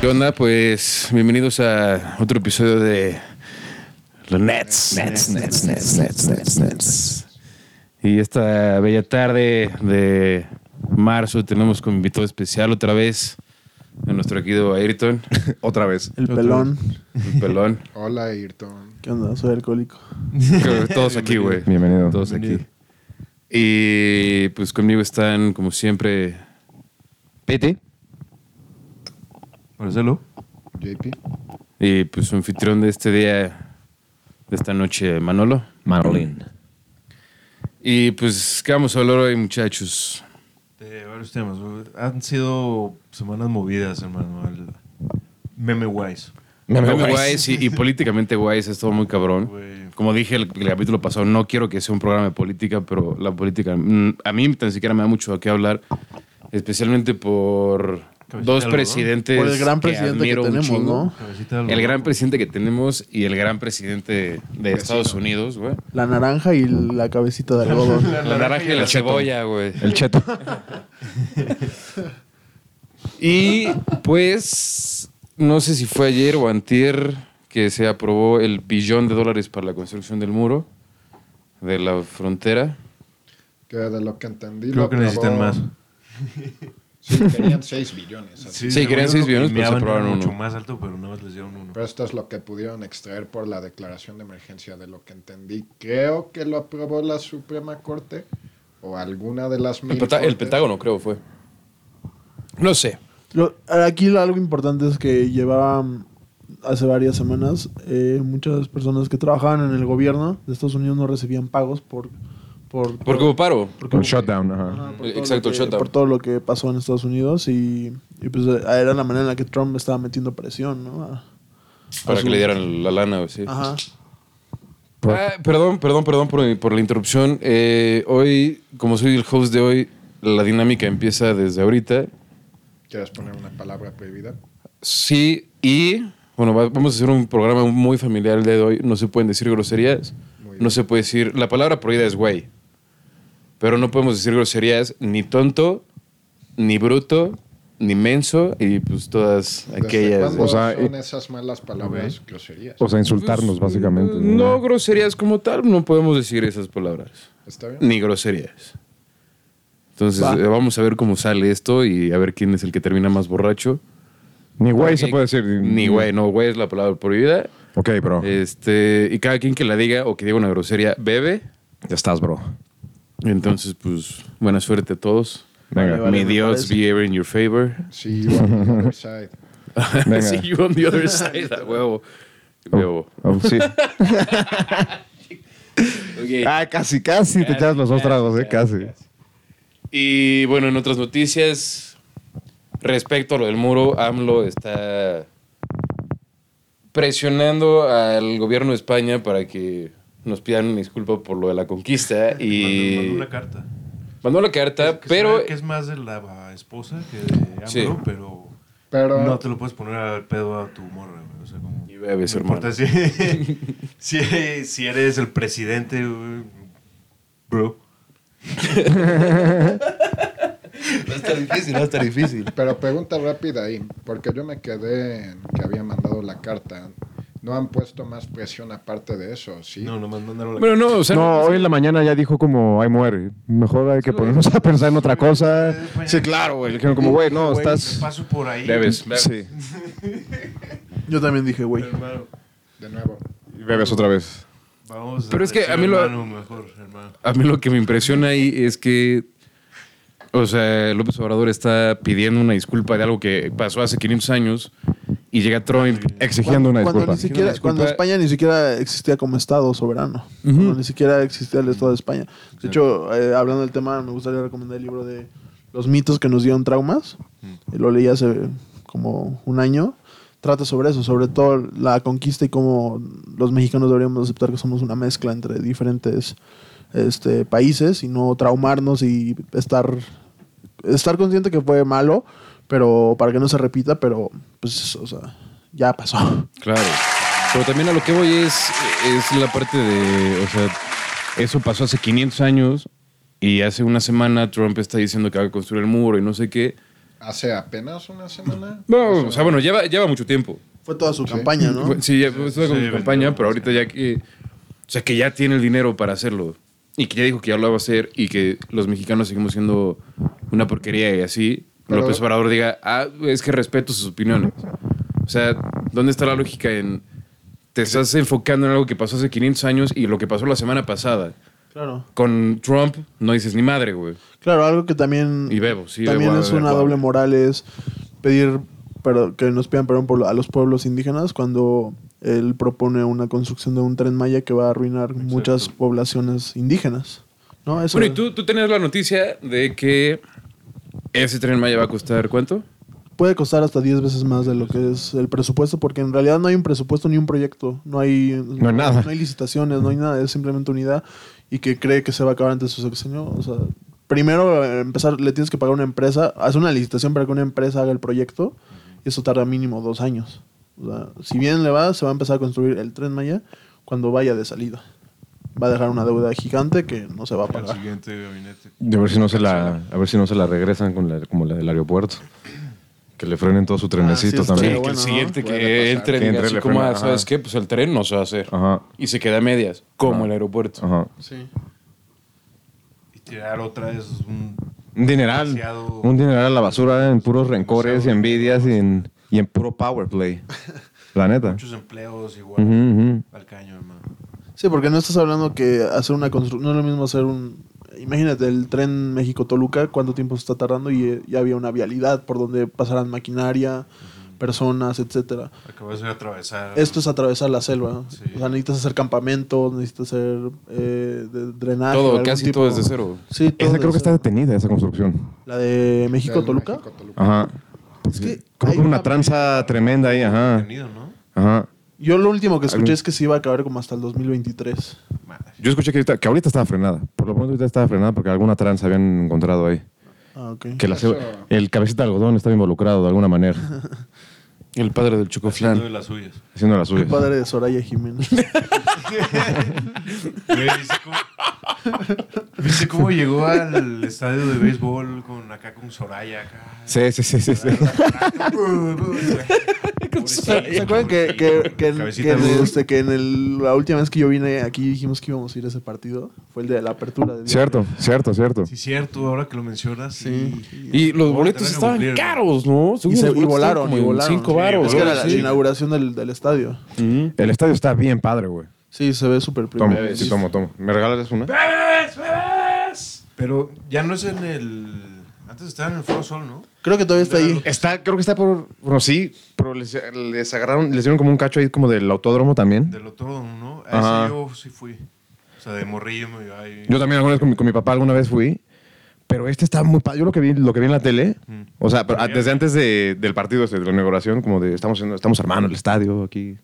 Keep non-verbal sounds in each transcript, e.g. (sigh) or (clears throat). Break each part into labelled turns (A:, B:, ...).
A: ¿Qué onda? Pues bienvenidos a otro episodio de los Nets. Nets, Nets, Nets, Nets, Nets, Nets. Y esta bella tarde de marzo tenemos como invitado especial otra vez a nuestro querido (laughs) Ayrton,
B: Otra vez.
C: El pelón.
A: el (laughs) pelón.
D: Hola, Ayrton.
C: ¿Qué onda? Soy alcohólico.
A: Creo que Todos aquí, güey.
B: Bienvenido.
A: Todos aquí. Y pues conmigo están, como siempre,
B: Pete.
E: Marcelo.
D: JP.
A: y pues su anfitrión de este día, de esta noche, Manolo.
B: Marlene.
A: Y pues, ¿qué vamos a hablar hoy, muchachos?
E: De varios temas. güey. Han sido semanas movidas, hermano. El meme wise.
A: Meme wise y, y políticamente wise es todo muy cabrón.
E: Güey.
A: Como dije el, el capítulo pasado, no quiero que sea un programa de política, pero la política mm, a mí tan siquiera me da mucho a qué hablar, especialmente por
E: Cabecita
A: dos
E: de algodón.
A: presidentes.
C: Por el gran
A: que
C: presidente que
A: admiro un
C: tenemos,
A: chingo.
C: ¿no?
E: Cabecita del
A: El gran
E: loco.
A: presidente que tenemos y el gran presidente de Estados Unidos, güey.
C: La naranja y la cabecita de
A: (laughs)
C: algodón.
A: La naranja y la cebolla, güey.
B: El cheto.
A: (laughs) Y pues, no sé si fue ayer o antier que se aprobó el billón de dólares para la construcción del muro de la frontera.
D: Que de lo que entendí.
E: Creo
D: lo
E: que necesitan
D: aprobó-
E: más.
D: Sí, querían 6 billones. así.
A: Sí, querían
E: según
A: seis
E: lo que
A: billones, pero se
E: meaban era
A: aprobaron
E: mucho
A: uno.
E: más alto, pero nada más les dieron uno.
D: Pero esto es lo que pudieron extraer por la declaración de emergencia, de lo que entendí. Creo que lo aprobó la Suprema Corte o alguna de las
A: El,
D: mil
A: Penta- el
D: cortes.
A: Pentágono, creo, fue. No sé.
C: Lo- aquí lo- algo importante es que llevaba mm, hace varias semanas eh, muchas personas que trabajaban en el gobierno de Estados Unidos no recibían pagos por... por,
A: Porque hubo paro.
C: porque-
B: Con shutdown, ajá.
C: Ajá, por todo
A: Exacto,
C: lo que-
A: el shutdown.
C: Por todo lo que pasó en Estados Unidos y, y pues eh, era la manera en la que Trump estaba metiendo presión, ¿no? A-
A: Para que
C: su-
A: le dieran la lana, o sí.
C: Ajá.
A: Ah, perdón, perdón, perdón por, mi- por la interrupción. Eh, hoy, como soy el host de hoy, la dinámica empieza desde ahorita.
D: ¿Quieres poner una palabra prohibida?
A: Sí, y bueno, va- vamos a hacer un programa muy familiar el día de hoy. No se pueden decir groserías.
D: Muy bien.
A: No se puede decir. La palabra prohibida es güey. Pero no podemos decir groserías ni tonto, ni bruto, ni menso y pues todas
D: ¿Desde
A: aquellas. pues,
D: cuándo
B: o sea,
D: son
B: y-
D: esas malas palabras groserías?
B: O sea, insultarnos, básicamente.
A: No groserías como tal, no podemos decir esas palabras.
D: ¿Está bien?
A: Ni groserías. Entonces,
C: Va.
A: eh, vamos a ver cómo sale esto y a ver quién es el que termina más borracho.
B: Ni güey se
A: Porque-
B: puede decir.
A: Ni güey, no, güey es la palabra prohibida.
B: Ok, bro.
A: Este, y cada quien que la diga o que diga una grosería, bebe.
B: Ya estás, bro.
A: Entonces, pues, buena suerte a todos.
B: Venga.
C: Vale,
A: May
C: me
A: Dios
C: parece.
A: be ever in your favor. (laughs)
D: Sí, you are on the other side.
B: Venga.
A: See you on the other side. A huevo. A huevo.
B: Oh, sí.
A: Ok.
B: ah, casi, casi te echas los dos tragos, eh, casi.
A: Y bueno, en otras noticias, respecto a lo del muro, AMLO está presionando al gobierno de España para que nos pidan una disculpa por lo de la
E: (laughs)
A: conquista
E: Mandó-
A: y
E: mandó una carta.
A: mandó la carta,
E: Que
A: pero
E: será Que es más de la esposa que de AMLO,
A: Sí.
E: pero...
D: Pero
E: No te lo puedes poner al pedo a tu morra, güey. O sea, como...
A: Y bebes,
E: no
A: hermano.
E: importa si, (laughs) si, si eres el presidente, güey. Bro.
A: va a estar difícil, va a estar difícil.
D: Pero pregunta rápida ahí, porque yo me quedé en que había mandado la carta. No han puesto más presión aparte de eso, ¿sí?
E: No, nomás mandaron la
A: Bueno, no, o sea,
B: No, hoy en la mañana ya dijo como, ay, muere. Mejor hay que ponernos a pensar en otra cosa. Sí, claro, güey. Le dijeron como, güey, no,
E: Güey,
B: estás...
E: Paso por ahí.
A: bebes, bebes.
B: Sí.
C: Yo también dije, güey.
E: Hermano,
D: De nuevo.
B: Y bebes otra vez.
E: vamos a
A: Pero es que
E: decir
A: a mí lo-
E: hermano mejor, hermano.
A: A mí lo que me impresiona ahí es que, o sea, López Obrador está pidiendo una disculpa de algo que pasó hace 500 años y llega Trump.
B: Exigiendo una
C: cuando
B: disculpa.
C: Ni siquiera,
A: Exigiendo una
C: Cuando
A: disculpa.
C: España ni siquiera existía como Estado soberano.
A: Ujú.
C: Cuando Ni siquiera existía el Estado de España. De hecho, eh, hablando del tema, me gustaría recomendar el libro de Los mitos que nos dieron traumas. Eh, Lo leí hace como un año. Trata sobre eso, sobre todo la conquista y cómo los mexicanos deberíamos aceptar que somos una mezcla entre diferentes este, países y no traumarnos y estar estar consciente que fue malo, pero para que no se repita, pero pues, o sea, ya pasó.
A: Claro. Pero también a lo que voy es, es la parte de, o sea, eso pasó hace 500 años y hace una semana Trump está diciendo que va a construir el muro y no sé qué.
D: hace apenas una semana.
A: (clears throat) No, o sea, bueno, lleva, lleva mucho tiempo.
C: Fue toda su campaña, ¿no?
A: Fue- Sí, ya fue
E: sí,
A: con su
E: vendió,
A: campaña, pero
E: sí.
A: ahorita ya que. O sea, que ya tiene el dinero para hacerlo. Y que ya dijo que ya lo va a hacer y que los mexicanos seguimos siendo una porquería y así.
D: Pero-
A: López Obrador diga, ah, es que respeto sus opiniones. O sea, ¿dónde está la lógica en. Te estás enfocando en algo que pasó hace 500 años y lo que pasó la semana pasada.
C: Claro.
A: Con Trump no dices ni madre, güey.
C: Claro, algo que también.
A: Y bebo, sí,
C: También
A: bebo,
C: es
A: bebo,
C: una
A: bebo.
C: doble moral es pedir pero que nos pidan perdón por, lo- a los pueblos indígenas cuando él propone una construcción de un tren maya que va a arruinar muchas poblaciones indígenas. ¿No? Eso,
A: Bueno, y tú, tú tenías la noticia de que ese tren Maya va a costar cuánto?
C: Puede costar hasta 10 veces más de lo que es el presupuesto, porque en realidad no hay un presupuesto ni un proyecto. No hay, no
B: hay nada.
C: No hay licitaciones, no hay nada. Es simplemente unidad y que cree que se va a acabar antes de su sexenio. O sea, primero eh, empezar, le tienes que pagar a una empresa, hacer una licitación para que una empresa haga el proyecto y eso tarda mínimo dos años. O sea, si bien le va, se va a empezar a construir el tren Maya cuando vaya de salida. Va a dejar una deuda gigante que no se va a
E: Al
C: pagar.
E: siguiente gabinete.
B: A ver si no se la, a ver si no se la regresan con la, como la del aeropuerto. Que le frenen todo su trenecito
C: sí,
B: también.
C: estaría bueno, ¿no?
D: Puede pasar.
A: entre
B: Que entre
A: así
B: el
A: como,
B: freno,
A: ah, ¿sabes
B: ajá.
A: qué? Pues el tren no se va a hacer.
B: Ajá.
A: Y se queda a medias, como
B: Ajá.
A: el aeropuerto.
B: Ajá.
C: Sí.
E: Y tirar otra es un.
B: Un dineral.
E: Demasiado-
B: Un dineral a la basura ¿eh? en puros rencores y
E: Demasiado.
B: envidias y en, y en puro power play. La neta.
E: Muchos empleos igual.
B: Ujú, ujú.
E: Al caño, hermano.
C: Sí, porque no estás hablando que hacer una construcción, no es lo mismo hacer un... Imagínate el tren México-Toluca, cuánto tiempo se está tardando y eh, ya había una vialidad por donde pasaran maquinaria, personas, etcétera.
E: Acabas de atravesar.
C: Esto es atravesar la selva.
E: Sí.
C: O sea, necesitas hacer campamentos, necesitas hacer eh, de- drenaje.
A: Todo,
C: algún
A: casi
C: tipo.
A: todo desde cero.
C: Sí, todo
B: Esa creo que
C: desde
B: está
C: cero.
B: detenida, esa construcción.
C: La de México-Toluca.
D: México, Toluca.
B: Ajá.
C: Es que
B: Creo
C: hay
B: que hubo una
C: una-
B: tranza tremenda ahí, ajá.
E: Bienvenido, ¿no?
B: Ajá.
C: Yo lo último que escuché
B: Algún-
C: es que se iba a acabar como hasta el 2023.
E: Madre.
B: Yo escuché que ahorita, que ahorita estaba frenada. Por lo pronto ahorita estaba frenada porque alguna tranza habían encontrado ahí.
C: Ah, ok.
B: Que la
D: Eso-
B: ceba- el cabecita de algodón estaba involucrado de alguuna manera,
A: (laughs) El padre del
E: Haciendo de
A: chocoflan.
E: las suyas. (laughs)
B: haciendo la suya.
C: El padre de Soraya Jiménez.
B: (laughs)
E: Güey, ¿Viste cómo, ¿Viste cómo llegó al estadio de béisbol con acá con
C: (laughs)
E: Soraya acá?
B: Sí, sí, sí, sí. sí.
C: ¿Se acuerdan que, que, que, en, que
E: Cabecita
C: en
E: dura.
C: este, que en el- la última vez que yo vine aquí dijimos que íbamos a ir a ese partido? Fue el de la apertura. De
B: Cierto, cierto, cierto.
E: Sí, cierto, ahora que lo mencionas. Sí.
A: Y los
E: Oh,
A: boletos
E: te van a
A: estaban
E: cumplir, ¿no?
A: caros, ¿no? Según
C: Y, se-
A: los
C: y
A: boletos estaban
C: volaron,
A: como
C: y
A: en
C: volaron.
A: Cinco
C: Sí,
A: varos.
C: es que era la
A: sí.
C: inauguración del, del estadio.
A: Ujú.
B: El estadio está bien padre, güey.
C: Sí, se ve súper
B: Tomo,
C: primero.
B: sí, tomo, tomo. ¿Me regalas una?
E: Pero ya no es en el. Antes estaba en el Foro Sol, ¿no?
C: Creo que todavía está ahí.
B: Está, creo que está por. Bueno, sí, pero les, les agarraron, les dieron como un cacho ahí como del autódromo también.
E: Del otro, ¿no? A
B: Ajá.
E: ese yo sí fui. O sea, de morrillo me iba ahí.
B: Yo también alguna vez con mi, con mi papá alguna vez fui. Pero este está muy padre. Yo lo que vi, lo que vi en la tele,
E: Mm.
B: o sea, pero, ah, desde antes de- del partido, este, de la inauguración, como de estamos, haciendo- estamos armando el estadio aquí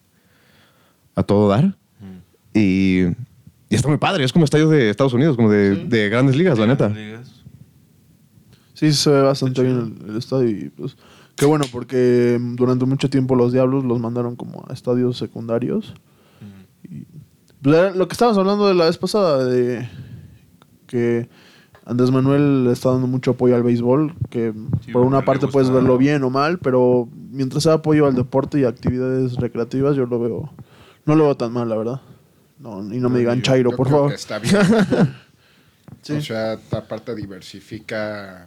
B: a todo dar.
E: mm,
B: Y, y está muy padre. Es como estadio de Estados Unidos, como de, de grandes ligas, la neta.
E: Ligas.
C: Sí, se ve bastante bien el, el estadio. Y pues, qué bueno, porque mm, durante mucho tiempo los Diablos los mandaron como a estadios secundarios. Y, pues, era lo que estábamos hablando de la vez pasada, de que Andrés Manuel le está dando mucho apoyo al béisbol, que
E: Sí,
C: por
E: porque
C: una
E: le
C: parte
E: gusta-
C: puedes verlo bien o mal, pero mientras sea apoyo al deporte y actividades recreativas, yo lo veo, no lo veo tan mal, la verdad. No, y no me digan
D: Yo-
C: Chairo,
D: yo
C: por
D: creo
C: favor.
D: que está bien.
C: Sí.
D: O sea, aparte diversifica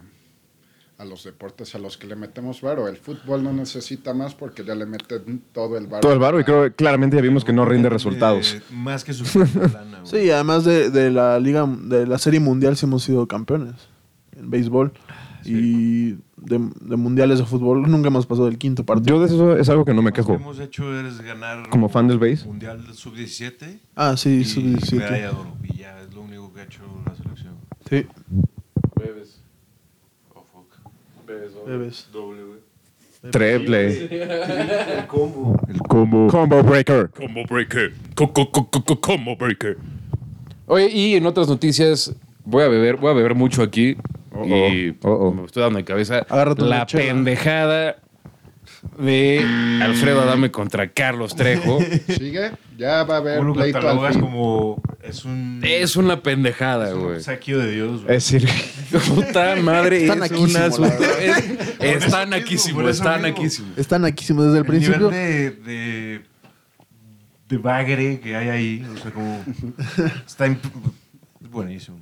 D: a los deportes a los que le metemos varo. El fútbol no necesita más porque ya le meten todo el varo.
B: Todo el barrio, y creo que claramente ya vimos que no rinde resultados.
E: Eh, más que su
B: (laughs)
E: lana, güey.
C: Sí, además de, de la liga, de la serie mundial sí hemos sido campeones en béisbol
E: Ah,
C: y de, de mundiales de fútbol nunca hemos pasado del quinto partido.
B: Yo de eso es algo que no me
E: Lo que
B: quejo.
E: hemos hecho es ganar.
B: Como fan del base.
E: Mundial sub-17.
C: ah, sí,
E: y medalla
C: sub-17.
E: de oro. Y ya es lo único que ha hecho la selección.
C: Sí,
E: Oh, fuck.
C: bebes.
E: Doble, güey.
B: Treble.
E: El combo.
B: El combo. Combo breaker.
A: Combo breaker. Co- co- co- co- co- Combo breaker. Oye, y en otras noticias, voy a beber, voy a beber mucho aquí.
B: Uh-oh.
A: Y
B: Uh-oh.
A: me estoy dando de cabeza.
C: Agarra tu
A: la
C: chela.
A: pendejada de Alfredo Adame contra Carlos
B: (laughs)
A: Trejo.
D: Sigue, ya va a haber
E: ¿Cómo lo
D: pleito al
E: catalogas
D: fin.
E: como.? Es un.
A: es una pendejada,
E: es un
A: güey.
E: saqueo de Dios, güey.
B: Es decir, (laughs)
A: Puta madre,
C: Están
A: es
C: naquísimo,
A: una-
C: la
A: (laughs)
C: verdad.
A: es- Están
E: mismo,
A: naquísimo,
E: por eso
A: están
E: mismo.
A: naquísimo.
C: Están aquí desde el
E: El nivel
C: principio.
E: de, de, de bagre que hay ahí, o
C: (laughs)
E: sea, como. Está imp- buenísimo.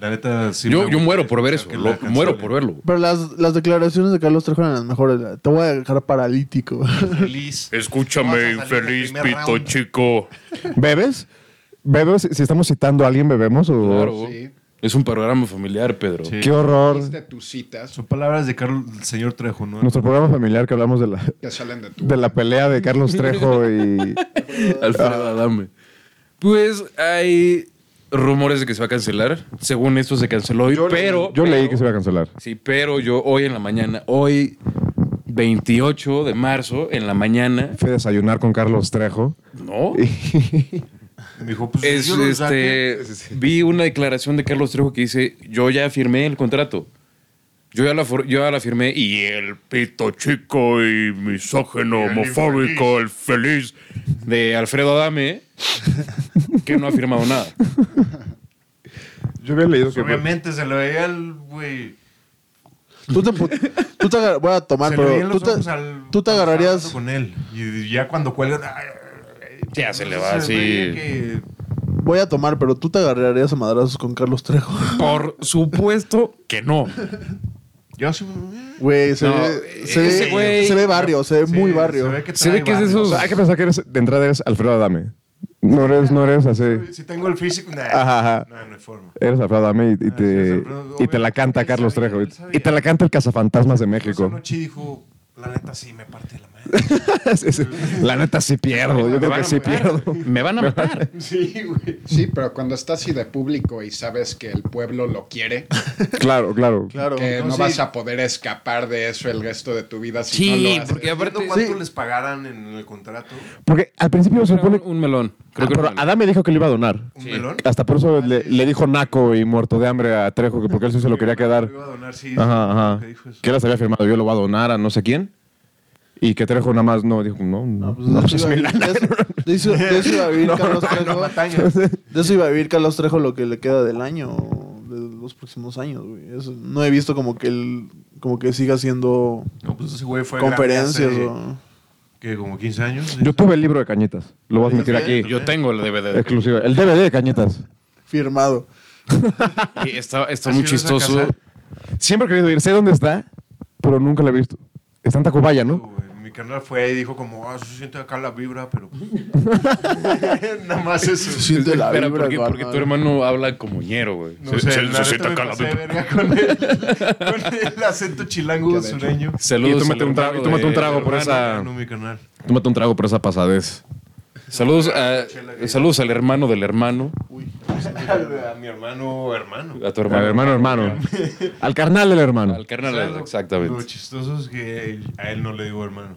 E: La neta, sí
A: Yo,
E: me
A: yo muero
E: gustaría
A: por ver eso,
E: escuchar que
A: lo-
E: la canción
A: muero
E: de
A: por verlo.
C: Pero las, las declaraciones de Carlos Trejo eran las mejores. Te voy a dejar paralítico. (laughs)
E: Feliz. Vas a
A: (laughs) Escúchame,
E: salir
A: infeliz
E: del primer
A: pito
E: round.
A: chico.
B: ¿Bebes? ¿Bebes? Si estamos citando a alguien, ¿bebemos? O...
A: Claro.
D: Sí.
A: Es un programa familiar, Pedro.
E: Sí.
B: Qué horror.
D: Viste tus citas
E: Son palabras de Carlos, el señor Trejo, ¿no?
B: Nuestro programa familiar que hablamos de la,
D: que salen de tu
B: de la pelea de Carlos Trejo (laughs) y... Ah.
A: Alfredo Adame. Pues hay rumores de que se va a cancelar. Según esto se canceló hoy,
D: Yo leí-
A: pero...
B: Yo leí que se iba a cancelar.
A: Sí, pero yo hoy en la mañana, hoy 28 de marzo, en la mañana,
B: Fui a desayunar con Carlos Trejo.
A: ¿no?
E: Me dijo, pues.
A: Es,
E: yo lo saqué.
A: este, Vi una declaración de Carlos Trejo que dice, yo ya firmé el contrato. Yo ya la, for- yo ya la firmé y el pito chico y misógeno, homofóbico, el feliz de Alfredo Adame, que no ha firmado nada.
B: Yo había leído
E: Pues, obviamente se lo veía al güey.
C: tú te, pu- tú te agar- voy a tomar,
E: se le veía
C: pero
E: en
C: tú
E: los ojos
C: te,
E: al-
C: tú te
E: al
C: agarrarías.
E: sábado Con él. Y ya cuando cuelgan. ay, ay,
A: Ya se le va así.
E: veía que-
C: Voy a tomar, pero tú te agarrarías a madrazos con Carlos Trejo. (laughs)
A: Por supuesto que no.
E: Yo sí.
C: Güey, se,
A: No,
C: ve, se,
A: ese
C: ve-
A: güey-
C: se ve barrio, se ve
E: sí,
C: muy barrio.
E: Se ve que,
A: Se ve
E: trae
A: que es de
E: barrio.
A: esos-
B: O sea, hay Ah, que pensar que eres, de entrada eres Alfredo Adame. No eres, no eres así.
E: Si tengo el físico. nah,
B: Ajá, ajá.
E: No, no hay forma.
B: Eres Ah, Alfredo Adame y, y te, y te la canta Carlos Trejo. Y te la canta el Cazafantasmas de
E: Esa
B: México.
E: noche Pues dijo, la neta sí me parte la madre.
B: (laughs) Sí, sí. La neta sí pierdo. Yo creo que sí pierdo.
A: Me
B: (laughs)
A: van a matar.
E: sí, güey.
D: Sí, pero cuando estás así de público y sabes que el pueblo lo quiere,
B: Claro, claro.
C: Claro.
D: que no,
E: no, sí.
D: vas a poder escapar de eso el resto de tu vida si
A: Sí,
D: no lo haces.
A: porque- aparte-
E: Entiendo cuánto
C: sí.
E: les pagaran en el contrato?
B: Porque al principio se supone.
A: Un melón. Creo
B: Ah,
A: que era
B: pero
A: un melón.
B: Adame dijo que le iba a donar.
E: ¿Un
A: Sí.
E: melón? Ah,
B: Hasta por eso le, le dijo naco y muerto de hambre a Trejo, que porque él sí se lo quería quedar.
E: Lo iba a donar, sí.
B: Ajá, ajá.
E: ¿Qué dijo eso?
B: Que las había firmado, yo lo voy a donar a no sé quién. Y que Trejo nada más no, dijo,
E: Ah,
B: no, no,
C: No,
B: no,
C: pues,
B: pues
C: de,
B: es
C: eso
B: mi
C: iba a
B: lana.
C: vivir- de eso- de eso iba a
B: (laughs)
C: vivir Carlos Trejo. De eso iba a vivir Carlos Trejo lo que le queda del año, de los próximos años, güey. Eso- no he visto como que él, como que siga haciendo
E: No, pues ese güey fue
C: conferencias o...
E: Que como 15 años.
B: Yo tuve el libro de Cañitas, lo voy a admitir aquí,
A: Yo tengo el DVD.
B: exclusiva. El DVD de Cañitas.
C: firmado.
A: Y Está, está
E: ¿Así ¿eh?
A: muy
E: vas a
A: chistoso.
E: casar?
B: Siempre he querido ir, sé dónde está, pero nunca lo he visto. Está en Tacubaya, ¿no?
E: Güey, Mi canal fue y dijo como, ah, se siente acá la vibra, pero... pues,
A: (laughs)
E: Nada más eso.
C: Siente la
A: Espera,
C: vibra,
A: ¿por qué? Porque
C: carnal.
A: tu hermano habla como ñero, güey.
E: No sé, la neta me pasé de verga con el, (laughs) con el acento chilango sureño.
A: Saludos.
B: Y tómate
A: al
B: un trago-
A: hermano
B: y tómate
A: de-
B: un trago por
A: hermano.
B: esa-
E: No, mi canal.
B: Tómate un trago por esa pasadez.
A: Saludos, a- saludos al hermano del hermano.
E: A mi hermano, hermano.
A: A tu
B: Al
A: hermano.
B: hermano, hermano. (laughs) Al carnal del hermano.
A: Al carnal,
E: ¿Sabes lo- Lo
A: exactamente.
E: chistoso es que él- a él no le digo hermano.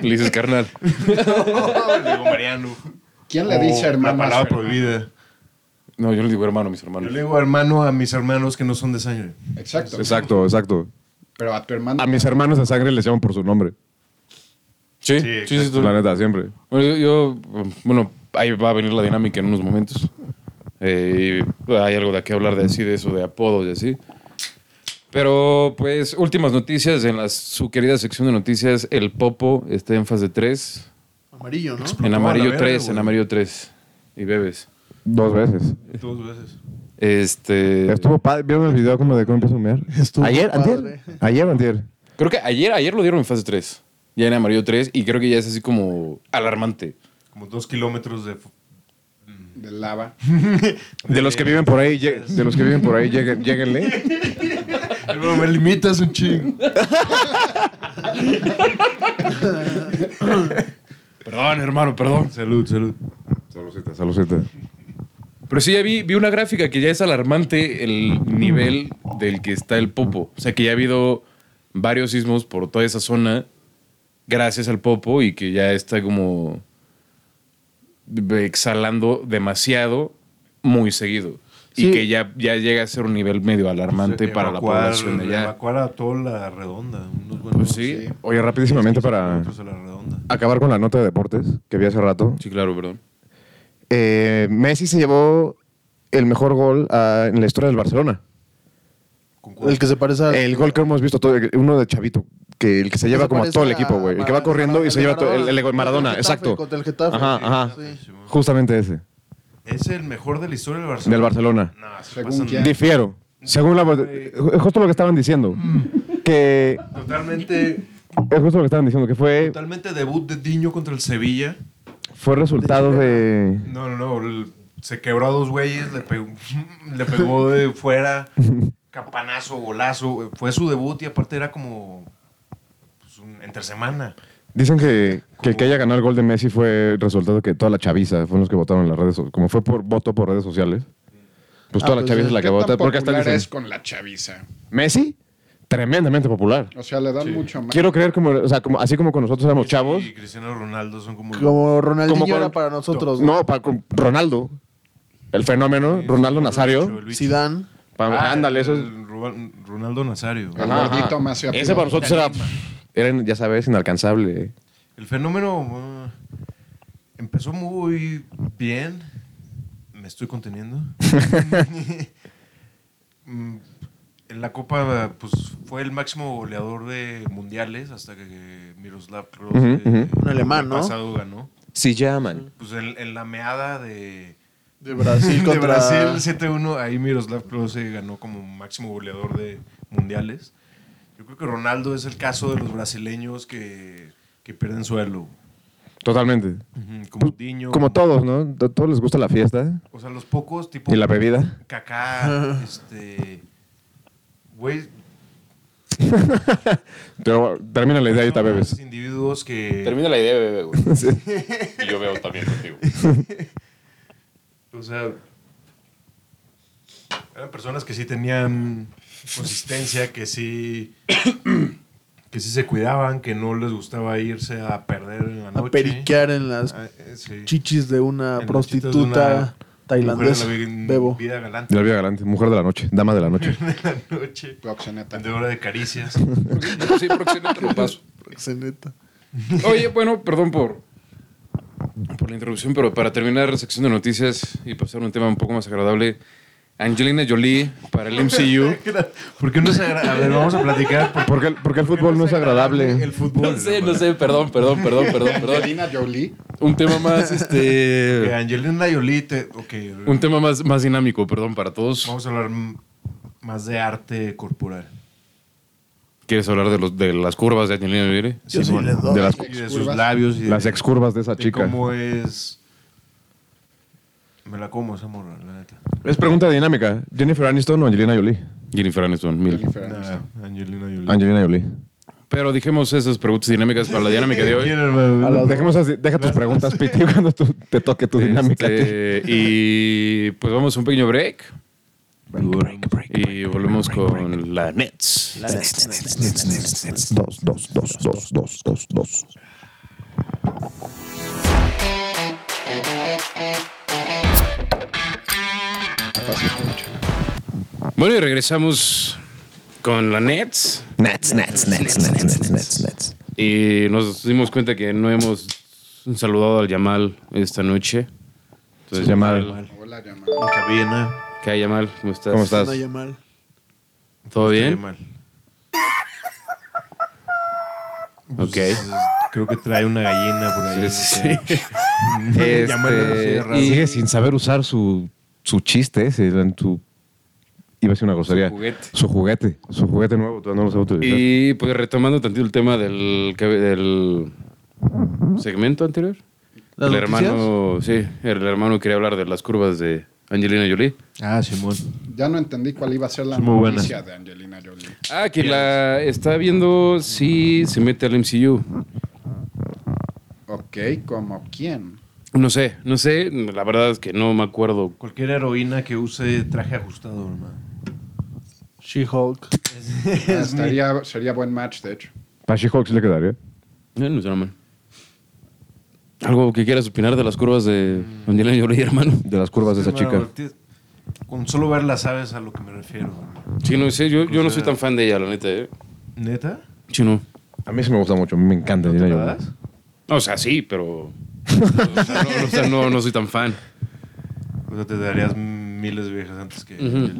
A: Le dices carnal.
E: (laughs) le digo Mariano.
D: ¿Quién le
E: O
D: dice
A: Oh,
D: hermano?
E: La
D: a su
E: palabra
D: hermano?
E: prohibida.
A: No, yo le digo hermano, a mis
E: Yo
A: hermanos.
E: le digo hermano a mis hermanos que no son de sangre.
D: Exacto.
B: Exacto, exacto.
D: Pero a tu hermano.
B: A mis hermanos de sangre les llaman por su nombre.
A: Sí,
E: Sí,
A: sí, sí.
E: exacto.
A: tú-
B: La neta, siempre.
A: Bueno, yo, yo, bueno, ahí va a venir la dinámica en unos momentos. Eh, y hay algo de qué hablar de así, de eso, de apodos y así. Pero, pues, últimas noticias en las- su querida sección de noticias, el Popo está en fase 3,
C: Amarillo, ¿no?
A: en
E: a la
A: amarillo
E: verga,
A: 3,
E: güey.
A: en amarillo 3, y bebes.
B: Dos veces.
E: Dos veces.
A: Este,
B: Estuvo padre. ¿Vieron el video como de cómo empezó a humear?
C: Estuvo
B: ayer,
C: padre.
B: antier. Ayer, antier.
A: creo que ayer, ayer lo dieron en fase 3, ya en amarillo 3, y creo que ya es así como alarmante.
E: Como dos kilómetros de... fu- (laughs)
D: De lava.
B: De los que viven por ahí, lle- de los que viven por ahí, lleguen- lléguenle.
E: Hermano, me limitas un chingo.
A: Perdón, hermano, perdón.
E: Salud, salud.
B: Saludcita, saludcita.
A: Pero sí, ya vi, vi una gráfica que ya es alarmante el nivel del que está el Popo. O sea, que ya ha habido varios sismos por toda esa zona gracias al Popo y que ya está como exhalando demasiado muy seguido.
C: Sí.
A: Y que ya, ya llega a ser un nivel medio alarmante
E: Sí,
A: para la
E: evacuar-
A: población de allá.
E: Evacuar a toda la redonda. Unos buenos
A: Pues sí.
D: Sí.
B: Oye, rapidísimamente para
E: kilómetros a la redonda.
B: acabar con la nota de deportes que vi hace rato.
A: Sí, claro, perdón.
B: Eh, Messi se llevó el mejor gol ah, en la historia del Barcelona.
E: ¿Con cuál?
C: El que se parece al...
B: El gol que hemos visto, todo, uno de Chavito, que el que se lleva
C: se
B: como a
C: parece
B: todo el
C: a
B: equipo, güey. El que va
C: Maradona,
B: corriendo y
C: el
B: se
C: de
B: lleva todo. El,
C: Maradona.
B: el de Maradona,
C: Contra el Getafe,
B: exacto.
C: contra el Getafe.
B: Ajá, ajá.
C: Sí.
E: Simón.
B: Justamente ese.
E: Es el mejor de la historia del Barcelona.
B: Del Barcelona.
E: No, se
D: Según
E: pasan
D: quién.
B: Difiero. Según la. Justo lo que estaban diciendo. Que.
E: Totalmente,
B: Es justo lo que estaban diciendo, que fue.
E: totalmente debut de Diño contra el Sevilla.
B: Fue resultado de.
E: No, no, no. el- Se quebró a dos güeyes, le pegó, (laughs) le pegó de fuera, campanazo, golazo. Fue su debut y aparte era como pues, un- entre semana.
B: Dicen que, que el que haya ganado el gol de Messi fue resultado que toda la chaviza fueron los que votaron en las redes so- Como fue por voto por redes sociales. Pues
C: Ah,
B: toda la
C: pues
B: chaviza
C: es
B: es la que
D: ¿Qué
B: vota.
D: tan
B: Porque hasta
D: popular
B: dicen,
D: es con la chaviza?
B: Messi, tremendamente popular.
D: O sea, le dan mucho más.
B: Quiero creer, como, o sea, como, así como con nosotros éramos chavos.
E: Y Cristiano Ronaldo son como...
C: Como Ronaldinho
B: Como con-
C: era para nosotros.
B: No, para con Ronaldo, el fenómeno, Ronaldo Nazario.
E: Luis.
C: Zidane.
B: pa-
E: Ah,
B: ándale, Ah, eso es.
E: el Ru- Ronaldo Nazario.
D: Ajá. gordito más se
B: Ese para nosotros era, era, ya sabes, inalcanzable.
E: El fenómeno ah, empezó muy bien. Me estoy
B: (laughs)
E: conteniendo. Mm, en la Copa pues, fue el máximo goleador de mundiales hasta que Miroslav Klose,
B: Ujú,
E: eh,
B: ujú.
E: el
C: Un alemán,
E: año
C: ¿no?
E: pasado ganó.
B: Sí, llaman.
E: Pues en, en la meada de,
C: De Brasil
E: (laughs) de
C: contra...
E: Brasil 7-1, ahí Miroslav Klose ganó como máximo goleador de mundiales. Yo creo que Ronaldo es el caso de los brasileños que, que pierden suelo.
B: Totalmente.
E: Ujú, Como Diño.
B: Pues, Como todos, ¿no? A todos les gusta la fiesta
E: O sea, los pocos, tipo.
B: y la bebida.
C: (laughs)
E: Kaká, este. Güey.
B: Pero termina la idea ahorita,
E: son
B: bebes.
E: Individuos que.
A: la idea, bebé, güey.
B: (laughs)
A: Y yo veo también contigo.
E: O sea. Eran personas que sí tenían consistencia, que sí. que sí se cuidaban, que no les gustaba irse a perder en la
C: A
E: noche.
C: periquear en las
E: Ah, eh, sí.
C: chichis de una
E: En los chitos
C: prostituta
E: de una
C: tailandesa.
E: mujer en la vi-
C: Bebo.
E: Vida
B: De
E: galante.
B: la vida galante, mujer de la noche, dama de la noche.
E: De la noche.
D: Proxeneta.
E: Vendedora de caricias. (laughs)
A: Sí, proxeneta lo paso.
C: Se Pues, neta.
A: Oye, bueno, perdón por, por la interrupción, pero para terminar la sección de noticias y pasar a un tema un poco más agradable, Angelina Jolie para el MCU.
E: ¿Por qué no se agra- A ver, vamos a platicar. por-
B: Porque el, porque el fútbol no es
E: El
B: agradable.
A: (laughs)
E: fútbol.
A: No sé, no sé, perdón, perdón, perdón, perdón, perdón.
D: Angelina Jolie.
A: Un tema más,
E: Que
A: este...
E: Angelina Jolie, te- ok,
A: Un tema más, más dinámico, perdón, para todos.
E: vamos a hablar m- más de arte corporal.
A: ¿Quieres hablar de, los, de las curvas de Angelina Jolie?
C: Yo sí
E: Simón,
C: le doy.
B: de las-
E: Y de sus labios y de,
B: Las excurvas de esa
E: de
B: chica.
E: cómo es... Me la como esa morra, la neta.
B: Es pregunta dinámica. Jennifer Aniston o Angelina Jolie.
A: Jennifer Aniston, mil.
D: Jennifer Aniston.
E: Nah, Angelina Jolie.
B: Angelina Jolie.
A: Pero dijimos esas preguntas dinámicas para la dinámica de hoy.
E: hoy.
B: Dejemos así- deja tus preguntas, Piti, (laughs) cuando tú- te toque tu dinámica. a ti.
A: Este, y pues vamos a un pequeño break. y volvemos con la Nets.
B: Dos, dos, dos, dos, dos, dos, dos.
A: Bueno, y regresamos con la Nets.
F: Nets, Nets, Nets, Nets, Nets, Nets, Nets.
A: Y nos dimos cuenta que no hemos saludado al Yamal esta noche. Entonces,
B: Yamal.
D: Hola, llama.
E: Cabina.
A: ¿Qué hay, Yamal? ¿Cómo estás?
B: ¿Cómo estás?
C: Anda ya mal.
A: ¿Todo bien?
E: Mal.
A: Ok.
E: Pues, Creo que trae una gallina por ahí.
A: Sí, sí.
E: (laughs) Este, Llamarlo así de raro.
B: Y sigue sin saber usar su, su chiste ese, en tu... Iba a ser una grosería.
A: juguete.
B: Su juguete. Su juguete nuevo, todavía no lo sabe utilizar.
A: Y pues retomando tantito el tema del, que- del segmento anterior.
C: ¿Las
A: El
C: noticias?
A: hermano, sí, el hermano quería hablar de las curvas de Angelina Jolie.
E: Ah, Simón.
D: Ya no entendí cuál iba a ser la
E: Es muy buena.
D: noticia de Angelina Jolie.
A: Ah, que la está viendo si se mete al MCU.
D: Ok, ¿como quién?
A: No sé, no sé, la verdad es que no me acuerdo.
E: Cualquier heroína que use traje ajustado, hermano.
C: She-Hulk.
D: Ah, estaría- sería buen match, de hecho.
B: Para She-Hulk sí le quedaría.
A: Eh, No suena mal. ¿Algo que quieras opinar de las curvas de Angelina Jolie, hermano?
B: De las curvas de esa
E: Hermano,
B: chica.
E: ti- Con solo verla sabes a lo que me refiero.
A: Sí, no sé, yo, yo no soy tan fan de ella, la neta. ¿eh?
E: ¿Neta?
A: Sí, no.
B: A mí sí me gusta mucho, me encanta.
E: ¿No te
B: Angelina
E: la
B: Jolie.
E: das?
A: O sea, sí, (laughs) pero... o sea, no, o sea, no, no soy tan fan.
E: O sea, te darías miles de viejas antes que... eh,
A: Ujú.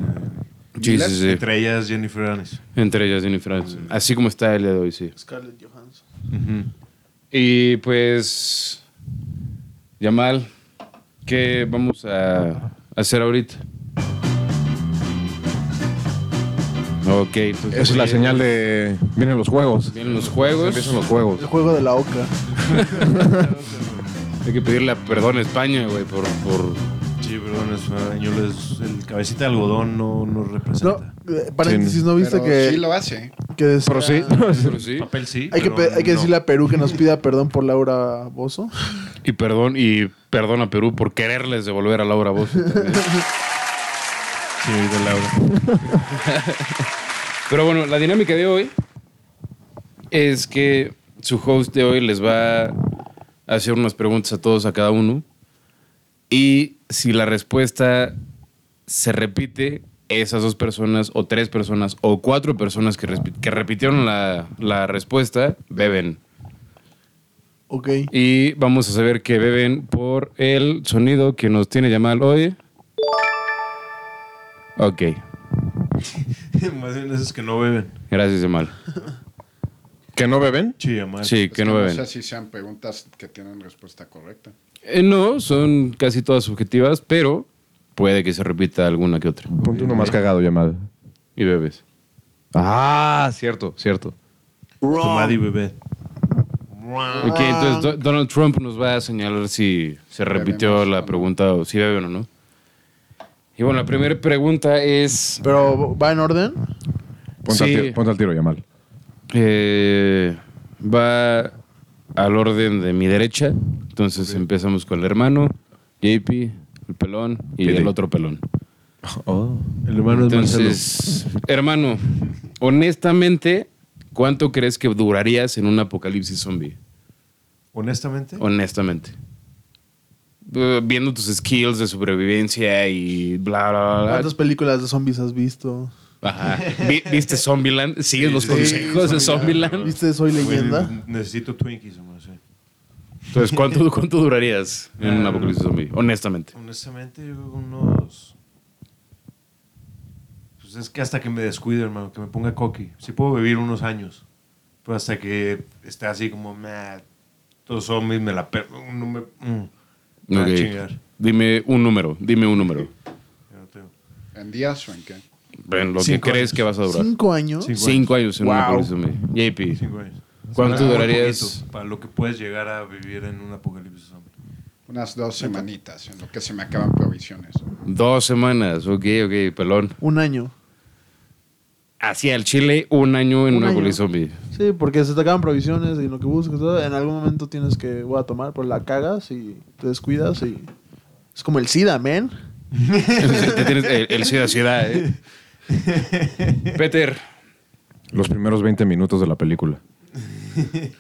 A: Sí, sí, sí.
E: Entre ellas Jennifer Aniston.
A: Entre ellas Jennifer Aniston. Así como está el día de hoy, sí.
C: Scarlett Johansson.
A: Y pues, Yamal, ¿qué vamos a hacer ahorita? Ok,
B: Esa es la señal de. Vienen los juegos.
A: Vienen los juegos.
B: Empiezan los juegos.
C: El juego de la oca.
A: Hay que pedirle perdón a España, güey, por, por...
E: Sí, perdón, es españoles. El cabecita de algodón no nos representa.
C: No, eh, paréntesis, ¿no viste
D: Pero
C: que,
D: sí lo hace. ¿eh?
C: que decía-
B: Pero sí.
A: (laughs) Pero sí.
E: Papel sí.
C: Hay que,
E: pero
C: pe- hay que
E: no.
C: decirle a Perú que nos pida perdón por Laura Bozo.
A: Y perdón, y perdón a Perú por quererles devolver a Laura Bozo. también.
E: Sí, de Laura.
A: Pero bueno, la dinámica de hoy es que su host de hoy les va a hacer unas preguntas a todos, a cada uno. Y si la respuesta se repite, esas dos personas, o tres personas, o cuatro personas que, respi- que repitieron la, la respuesta, beben.
C: Ok.
A: Y vamos a saber que beben por el sonido que nos tiene Yamal hoy. Ok,
E: (laughs) Más bien eso es que no beben.
A: gracias Yamal.
B: ¿Que no beben?
E: Sí, llamar.
A: Sí,
D: Es
A: que no beben.
D: No sé si sean preguntas que tienen respuesta correcta.
A: Eh, no, son casi todas subjetivas, pero puede que se repita alguna que otra.
B: Ponte uno más cagado, llamado.
A: Y bebes.
B: Ah, cierto, cierto.
E: Tomad y bebé.
A: Ok,
D: Ah.
A: entonces Do- Donald Trump nos va a señalar si se repitió
D: Bebemos,
A: la
D: ¿no?
A: pregunta o si beben o no. Y bueno, la primera pregunta es...
C: Pero va en orden.
B: Ponte,
A: Sí.
B: al, tiro, ponte al tiro, Yamal.
A: eh, va al orden de mi derecha. Entonces empezamos con el hermano, JP, el pelón y
B: Pele.
A: el otro pelón.
B: Oh.
E: El hermano es
A: Entonces, hermano, honestamente, ¿cuánto crees que durarías en un apocalipsis zombie?
E: Honestamente.
A: Honestamente. Eh, Viendo tus skills de sobrevivencia y bla, bla, bla.
C: ¿Cuántas películas de zombies has visto?
A: bla. Ajá. Vi- ¿Viste Zombieland? ¿Sigues los consejos de Zombieland?
C: ¿Viste Soy
E: Güey,
C: Leyenda?
E: Necesito Twinkies, hermano, sí.
A: Entonces, ¿cuánto, cuánto durarías en un apocalipsis zombie? Honestamente.
E: Honestamente, yo creo que unos. Pues es que hasta que me descuide, hermano, que me ponga coqui. Sí puedo vivir unos años. Pero hasta que esté así como, meh, todos zombies me la per... No me. mm, me va a
A: Ok.
E: chingar.
A: Dime un número, dime un número.
E: Ya no tengo.
D: ¿En días o en qué?
A: Ven, lo
E: Cinco
A: que crees
E: años.
A: que vas a durar.
C: ¿Cinco años?
E: Sí.
A: Cinco, años en un apocalipsis zombie. JP.
E: Cinco años.
A: ¿Cuánto
E: Suena muy
A: durarías?
E: poquito Para lo que puedes llegar a vivir en un apocalipsis zombie.
D: Unas dos semanitas en lo que se me acaban provisiones.
A: Dos semanas, ok, ok, pelón.
C: Un año.
A: Hacia el Chile, un año en
C: Un
A: una
C: año.
A: apocalipsis zombie. (laughs)
C: Sí, porque se te acaban provisiones y lo que buscas. todo. En algún momento tienes que, voy a tomar, pues la cagas y te descuidas y... Es como el SIDA, men.
A: Te tienes el, el ciudad ciudad, eh. Peter,
B: Los primeros 20 minutos de la película.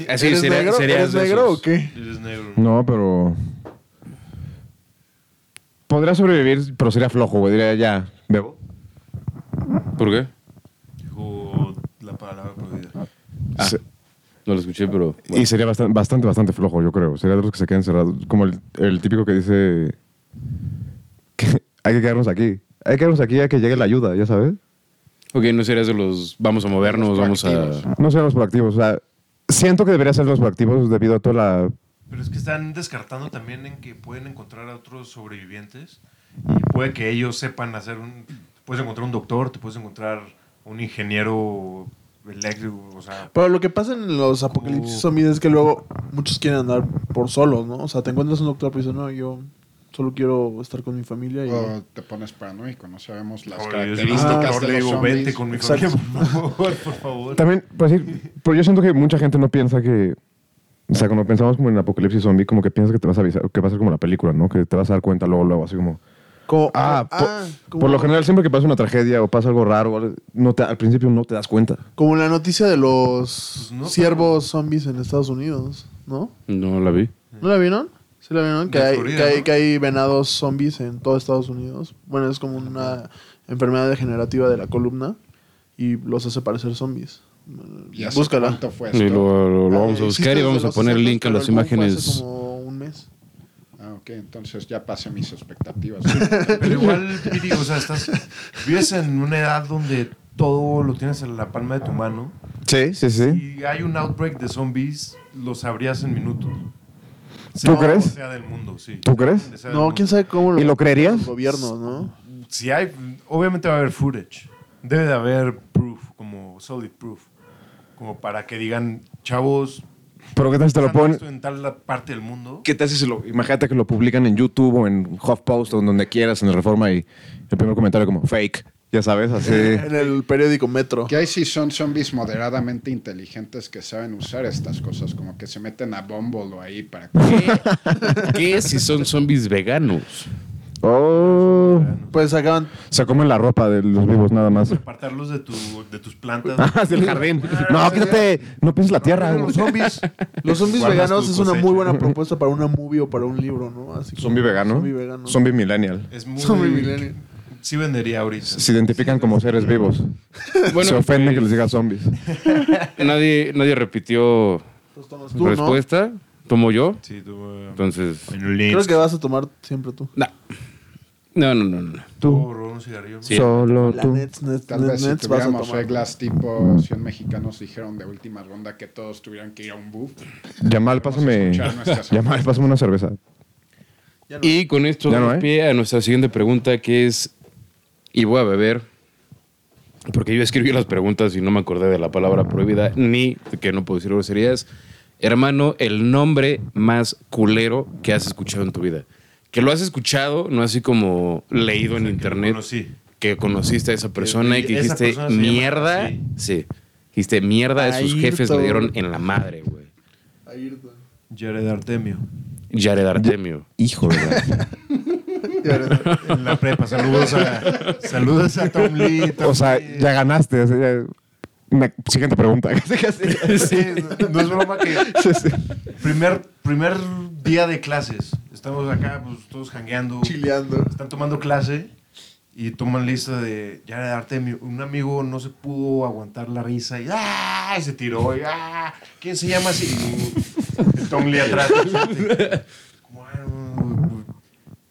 A: así
C: ¿Eres
A: sería-
C: negro,
A: serías
C: ¿Eres
A: de
C: negro
A: esos.
C: o qué?
E: Eres negro.
B: No, pero. Podría sobrevivir, pero sería flojo, güey. Diría, ya, bebo.
A: ¿Por qué?
E: Dijo la palabra prohibida.
A: Ah,
B: Se-
A: no lo escuché, pero. bueno.
B: Y sería bastan- bastante, bastante flojo, yo creo. Sería de los que se quedan cerrados. Como el, el típico que dice. que (laughs) hay que quedarnos aquí. Hay que quedarnos aquí a que llegue la ayuda, ya sabes.
A: Ok, no serías de los. Vamos a movernos,
D: Los
A: vamos a.
D: proactivos.
B: No seamos proactivos. O sea, siento que debería ser los proactivos debido a toda la.
E: Pero es que están descartando también en que pueden encontrar a otros sobrevivientes y puede que ellos sepan hacer un... Puedes encontrar un doctor, te puedes encontrar un ingeniero eléctrico, o sea...
C: Pero lo que pasa en los apocalipsis
A: Uh.
C: zombies es que luego muchos quieren andar por solos, ¿no? O sea, te encuentras un doctor pero dice, no, yo solo quiero estar con mi familia y...
B: Ah,
D: O te pones paranoico, no sabemos las
E: Joder, yo soy un
D: características de
E: doctor, le
D: los
E: digo,
D: zombies.
E: vente con mi
C: Exacto.
E: familia, por favor, por favor.
B: También, pues sí, pero yo siento que mucha gente no piensa que. O sea, cuando pensamos como en apocalipsis zombie, como que piensas que te vas a avisar, que va a ser como la película, ¿no? Que te vas a dar cuenta luego, luego, así como.
C: Como-
B: Ah, po-
C: como-
B: por lo general, siempre que pasa una tragedia o pasa algo raro, algo- no te- al principio no te das cuenta.
C: Como la noticia de los
E: Pues no,
C: ciervos zombies en Estados Unidos, ¿no?
A: No la vi.
C: ¿No la vieron? ¿Sí la vieron? Que
E: De
C: hay,
E: Florida,
C: que, hay,
E: ¿no?
C: que hay venados zombies en todo Estados Unidos. Bueno, es como una enfermedad degenerativa de la columna y los hace parecer zombies.
D: ¿Y hace
C: Búscala.
D: cuánto fue esto?
A: Y lo, lo- lo
C: Ah,
A: vamos a
C: existe
A: buscar y
C: desde
A: vamos a
C: los
A: poner
C: 60s,
A: link a
C: pero
A: las
C: el boom fue hace
A: imágenes.
C: como un mes.
D: Ah, ok. que entonces ya pasé mis expectativas. (laughs)
E: Pero igual, Piri, o sea, estás, vives en una edad donde todo lo tienes en la palma de tu mano.
B: Sí, sí, sí.
E: Y hay un outbreak de zombies, lo sabrías en minutos.
B: ¿Tú crees?
E: Sea del mundo, sí.
B: ¿Tú crees?
E: Sea del
C: No,
E: mundo.
C: quién sabe cómo
B: ¿Y lo creerías?
C: Los gobiernos, ¿no?
E: Si hay, obviamente va a haber footage. Debe de haber proof, como solid proof. Como para que digan, chavos,
B: Pero ¿qué tal si te lo
E: pasando
B: ponen?
E: esto en tal la parte del mundo.
B: ¿Qué tal si se lo, imagínate que lo publican en YouTube o en HuffPost o en donde quieras, en el Reforma y el primer comentario como fake, ya sabes, así.
C: En el periódico Metro.
D: Que ahí sí son zombies moderadamente inteligentes que saben usar estas cosas, como que se meten a Bumble ahí para...
A: (laughs) ¿Qué si son zombies veganos?
B: Oh,
C: Pues sacaban
B: se comen la ropa de los vivos nada más.
E: Apartarlos de, tu- de tus plantas.
B: (laughs) Ah, es del jardín. No, quítate, no pienses la tierra.
E: Los zombies.
C: Los zombies
E: Guardas
C: veganos
E: tu
C: es una
E: cosecha.
C: muy buena propuesta para una movie o para un libro, ¿no? Así como-
B: Zombie vegano.
C: Zombie vegano.
B: Zombie millennial.
E: Es muy.
C: Zombie millennial.
E: Sí vendería ahorita.
B: Se identifican como seres vivos. se
A: Bueno, eh,
B: ofenden que les diga zombies.
A: nadie, nadie repitió
C: Los tomas tú, ¿no?
A: respuesta. Tomo yo.
E: Sí, tú. eh,
A: Entonces.
E: en un link.
C: Creo que vas a tomar siempre tú.
A: No. No, no, no, no.
E: Puedo robar un cigarrillo.
A: Sí.
B: Solo
C: La Nets, Nets,
D: Tal vez
C: Nets,
D: si
C: Nets vas a
D: tuviéramos
C: tomar.
D: reglas tipo 100 mexicanos dijeron de última ronda que todos tuvieran que ir a un buff.
B: Yamal, pásame.
D: escuchar nuestras-
B: Yamal, pásame una cerveza.
A: Y con esto
B: Ya no
A: damos
B: hay.
A: pie a nuestra siguiente pregunta que es, y voy a beber, porque yo escribí las preguntas y no me acordé de la palabra prohibida, ni de que no puedo decir groserías. Hermano, el nombre más culero que has escuchado en tu vida. Que lo has escuchado, no así como leído en internet,
E: conocí.
A: que conociste a Eh, esa persona y que
E: Esa
A: dijiste
E: persona se llama
A: mierda.
E: así".
A: Sí, dijiste mierda de sus jefes, le
C: Ayrton.
A: dieron en la madre, güey.
C: Ayrton.
E: Jared Artemio.
A: Jared Artemio.
F: Hijo de la-
B: (laughs)
C: (laughs)
E: En la prepa. Saludos a, saludos a Tom Lee. Tom
B: O sea,
E: Lee.
B: ya ganaste. o sea, ya- Una siguiente pregunta. Casi,
D: (laughs)
B: casi.
E: Sí, no- no es broma que. Primer, primer día de clases. Estamos acá, pues todos jangueando.
C: (laughs) Chileando.
E: Están tomando clase y toman lista de Jared Artemio. Un amigo no se pudo aguantar la risa y, ¡ah! y se tiró. Y, ¡ah! ¿Quién se llama así? Y Tom
D: (laughs)
E: Lee atrás. Como, "Ay, no, no, no". pues,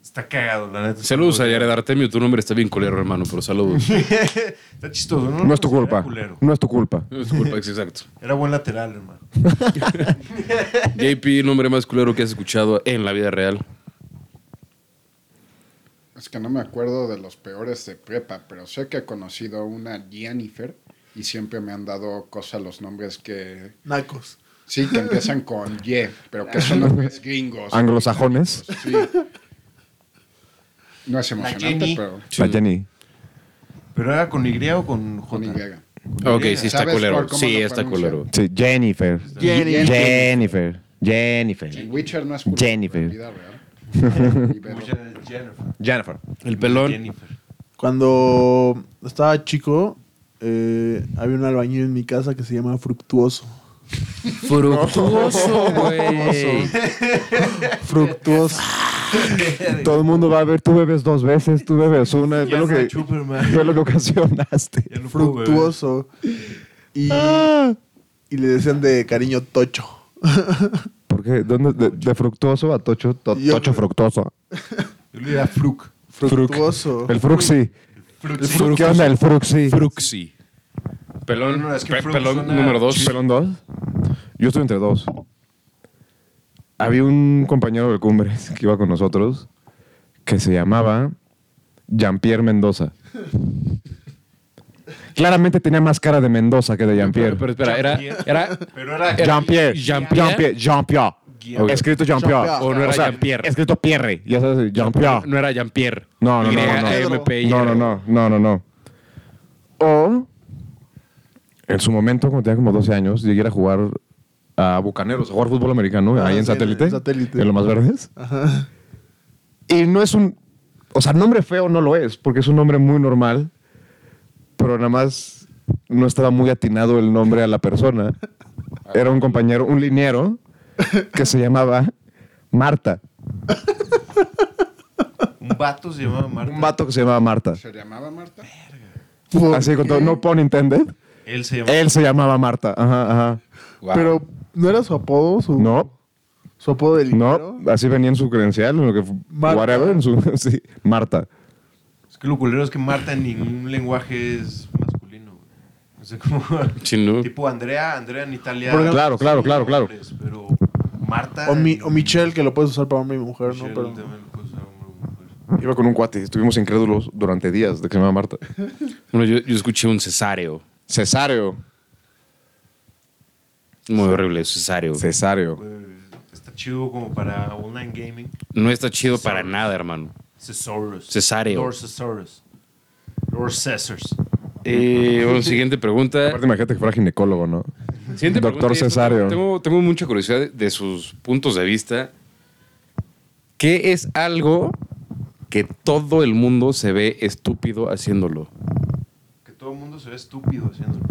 E: está cagado, la neta.
A: Saludos a Jared Artemio, tu nombre está bien culero, hermano, pero saludos.
E: (laughs)
A: (laughs)
E: Está chistoso, ¿no?
B: (laughs) No es tu
E: Era
B: culpa.
E: culero.
B: No es tu culpa.
A: No es tu culpa, exacto.
E: Era buen lateral, hermano.
A: JP, nombre más culero que has escuchado en la vida real.
D: Es que no me acuerdo de los peores de prepa, pero sé que he conocido una Jennifer y siempre me han dado cosa los nombres que
C: Nacos.
D: sí que empiezan con Y, pero que son nombres gringos.
B: Anglosajones.
D: Sí. No es emocionante,
E: Jenny.
D: pero
A: Sí.
B: La Jenny.
E: ¿Pero era con Y o con J?
D: con Y.
A: Ok, sí está
D: ¿Sabes
A: culero.
D: por cómo
A: Sí,
D: lo
A: está
D: pronuncian?
A: culero.
B: Sí, Jennifer.
C: Jenny.
B: Jennifer.
D: El
B: Jennifer.
D: Witcher no es culero.
B: Jennifer.
D: en la vida real. Y verlo.
E: Jennifer.
B: Jennifer.
A: El pelón.
E: Jennifer.
C: Cuando estaba chico, eh, había un albañil en mi casa que se llamaba Fructuoso.
A: (laughs) Fructuoso, güey.
C: Fructuoso.
B: Todo el mundo va a ver, tú bebes dos veces, tú bebes una. Ve
E: Ya
B: lo
E: está
B: que,
E: Superman.
B: ve lo que ocasionaste.
E: Ya lo puedo beber.
C: Fructuoso. Y, y le decían de cariño Tocho.
B: ¿Por qué? ¿Dónde? De, de fructuoso a tocho, to-
C: Yo-
B: tocho fructuoso.
E: Yo le diría Fruc.
C: Fructuoso.
B: El fruxi.
E: Fruc.
B: ¿Qué onda el fruxi?
A: Fruxi. Pelón,
E: No, es que
A: pe-
E: Fruc
A: pelón
E: suena
A: número dos.
B: ¿Pelón dos? Yo estoy entre dos. Había un compañero del Cumbres (laughs) que iba con nosotros que se llamaba Jean-Pierre Mendoza. Claramente tenía más cara de Mendoza que de
A: Pero,
B: Jean-Pierre.
A: pero espera, era, era
E: Pero era
B: Jean-Pierre.
A: Jean-Pierre.
B: Jean-Pierre. Jean-Pierre.
A: Jean-Pierre.
B: Escrito Jean-Pierre.
C: Jean-Pierre.
A: O no era
B: O sea,
A: Jean-Pierre.
B: Escrito Pierre. Ya sabes, Jean-Pierre.
A: no era Jean-Pierre.
B: No, no, no, no, no. No, no, no, no, no, no. O en su momento, cuando tenía como 12 años, llegué a ir a jugar a Bucaneros, a jugar fútbol americano,
C: Ah,
B: ahí en
C: sí, en-
B: satélite.
C: en Satélite.
B: En lo más verdes. Y no es un. O sea, nombre feo no lo es, porque es un nombre muy normal, pero nada más no estaba muy atinado el nombre a la persona. Era un compañero, un liniero, que se llamaba Marta.
E: Un vato se llamaba Marta.
B: Un vato que se llamaba Marta.
D: ¿Se llamaba Marta?
B: Así con todo, no pun intended.
E: Él se llamaba.
B: Él se llamaba Marta. Ajá, ajá.
C: Pero, ¿no era su apodo? Su...
B: No.
C: Su apodo de ligero.
B: No, así venía en su credencial, en lo que fu-
C: Marta.
B: whatever, en su (laughs) sí, Marta.
E: Es que lo culero es que Marta en ningún lenguaje es masculino, güey. O sea, como.
A: Sí, no.
E: Tipo Andrea, Andrea en Italia.
C: Por ejemplo,
B: claro, claro, claro, claro.
E: hombres, Pero Marta.
C: O, mi-
E: en-
C: o Michelle, que lo puedes usar para hombre y mujer,
E: Michelle
C: ¿no? Pero
E: también pues, lo pues, puede usar hombre o mujer.
B: Iba con un cuate, estuvimos incrédulos durante días de que se
C: (laughs)
B: llamaba Marta.
A: Bueno, yo, yo escuché un cesáreo.
B: Cesáreo.
A: Muy horrible, cesáreo.
B: Cesáreo.
E: Pues, está chido como para online gaming.
A: No está chido para nada, hermano.
E: Cesaurus.
A: Cesáreo.
E: Lord Cesaurus. Lord Cesars.
A: Eh, bueno, siguiente pregunta.
B: Aparte, imagínate que fuera ginecólogo, ¿no?
A: Siguiente
B: Doctor
A: pregunta, y esto
B: Cesario.
A: Tengo, tengo mucha curiosidad de, de sus puntos de vista. ¿Qué es algo que todo el mundo se ve estúpido haciéndolo?
E: Que todo el mundo se ve estúpido (laughs) haciéndolo.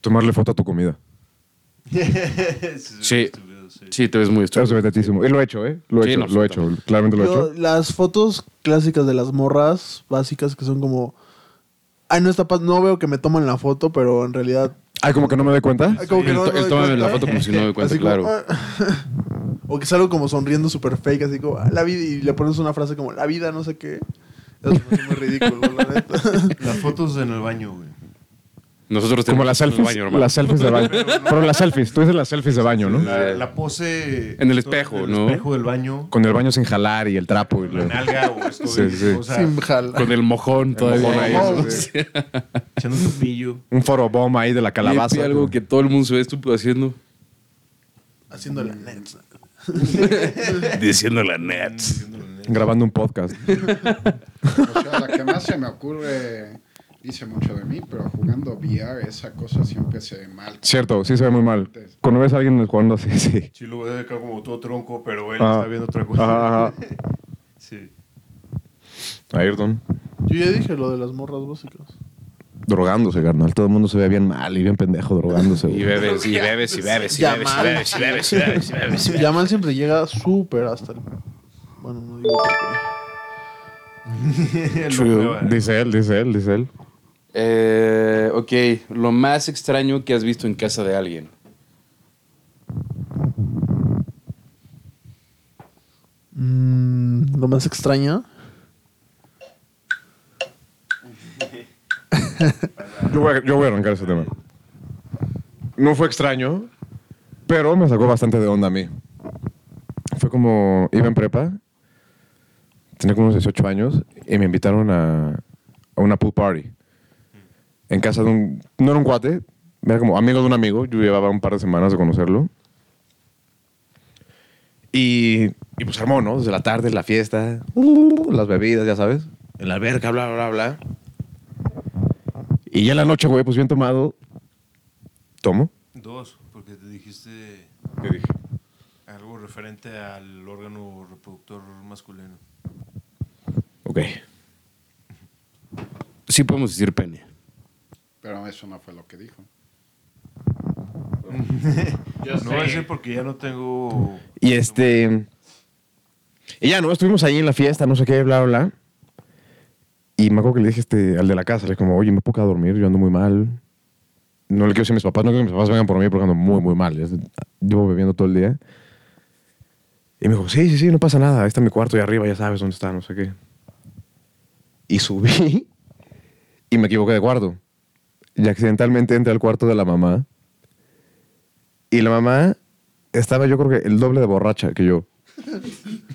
B: Tomarle foto a tu comida.
E: Se
A: Sí.
E: ve estúpido, sí.
A: Sí, te ves muy
B: Eso se
A: estúpido.
B: ve tetísimo. Él lo ha hecho, ¿eh? Lo ha
A: Sí,
B: hecho,
A: no,
B: lo ha
A: sí,
B: hecho. Claramente lo ha
C: Yo,
B: hecho.
C: las fotos clásicas de las morras básicas que son como. Ay, no está pas- No veo que me toman la foto, pero en realidad.
B: Ay, como que no me doy cuenta.
C: Ay, como que
A: Él
C: no
A: to-
C: me
A: él
C: doy
A: toma
C: cuenta.
A: la foto como si no me doy cuenta,
C: Así como,
A: claro.
C: "Ah". (laughs) o que salgo como sonriendo súper fake, así como. "Ah, La vida. Y le pones una frase como, la vida, no sé qué. Eso es muy ridículo, la
A: (laughs)
C: neta. (laughs)
E: Las fotos en el baño, güey.
A: Nosotros
B: Como
A: tenemos
B: las
A: un
B: selfies.
A: baño, hermano.
B: las selfies
A: (laughs)
B: de baño. Pero las selfies. Tú dices las selfies de baño, ¿no?
E: La, la pose.
A: En el espejo,
E: en
A: ¿no?
E: El espejo del baño.
B: Con el baño sin jalar y el trapo. Y
E: La
B: lo-
E: nalga o esto
B: Sí,
E: de-
B: sí.
E: o sea,
C: Sin jala.
A: Con el mojón todavía.
B: mojón ahí,
A: Mojón.
B: eso,
E: echando un pillo.
B: Un foroboma ahí de la
A: Limpia
B: calabaza.
A: algo que todo el mundo se ve estúpido haciendo.
C: Haciendo la neta.
A: Diciendo la net.
B: Grabando un podcast.
D: O sea, la que más se me ocurre dice mucho de mí, pero jugando VR esa cosa siempre se ve mal.
B: Cierto, sí se ve muy mal. Cuando ves a alguien jugando así, sí.
E: Sí, lo voy a dejar como todo tronco, pero él
B: Ah.
E: está viendo otra cosa.
B: Ajá, ajá.
E: Sí.
B: ah. Ayrton.
C: Yo ya dije lo de las morras básicas.
B: Drogándose, carnal. Todo el mundo se ve bien mal y bien pendejo drogándose.
A: Y
B: güey.
A: bebes, y bebes, y bebes, y
C: Ya
A: bebes, y
C: mal.
A: bebes, y bebes, y bebes, y bebes, y bebes.
C: Yamal siempre llega súper hasta el. Bueno, no digo porque.
E: Lo prueba.
B: Dice él, dice él, dice él.
A: Eh, ok, lo más extraño que has visto en casa de alguien.
C: Mm, lo más extraño.
B: Yo voy, a, yo voy a arrancar ese tema. No fue extraño, pero me sacó bastante de onda a mí. Fue como, iba en prepa, tenía como unos 18 años, y me invitaron a, a una pool party. En casa de un, no era un cuate, era como amigo de un amigo, yo llevaba un par de semanas de conocerlo. Y, y pues armó, ¿no? Desde la tarde, la fiesta, las bebidas, ya sabes. En la alberca, bla, bla, bla. Y ya en la noche, güey, pues bien tomado. ¿Tomo?
E: Dos, porque te dijiste
B: Te dije.
E: algo referente al órgano reproductor masculino.
B: Ok.
A: Sí podemos decir pene.
D: Pero eso no fue lo que dijo.
E: no voy a decir porque ya no tengo.
B: Y este. Y ya, ¿no? Estuvimos ahí en la fiesta, no sé qué, bla, bla, bla. Y me acuerdo que le dije este, al de la casa, le dije como, oye, me puedo quedar a dormir, yo ando muy mal. No le quiero decir a mis papás, no quiero que mis papás vengan por mí porque ando muy, muy mal. Es- Llevo bebiendo todo el día. Y me dijo, sí, sí, sí, no pasa nada. Ahí está mi cuarto y arriba, ya sabes dónde está, no sé qué. Y subí (laughs) y me equivoqué de cuarto. Y accidentalmente entré al cuarto de la mamá. Y la mamá estaba, yo creo que el doble de borracha que yo. (laughs)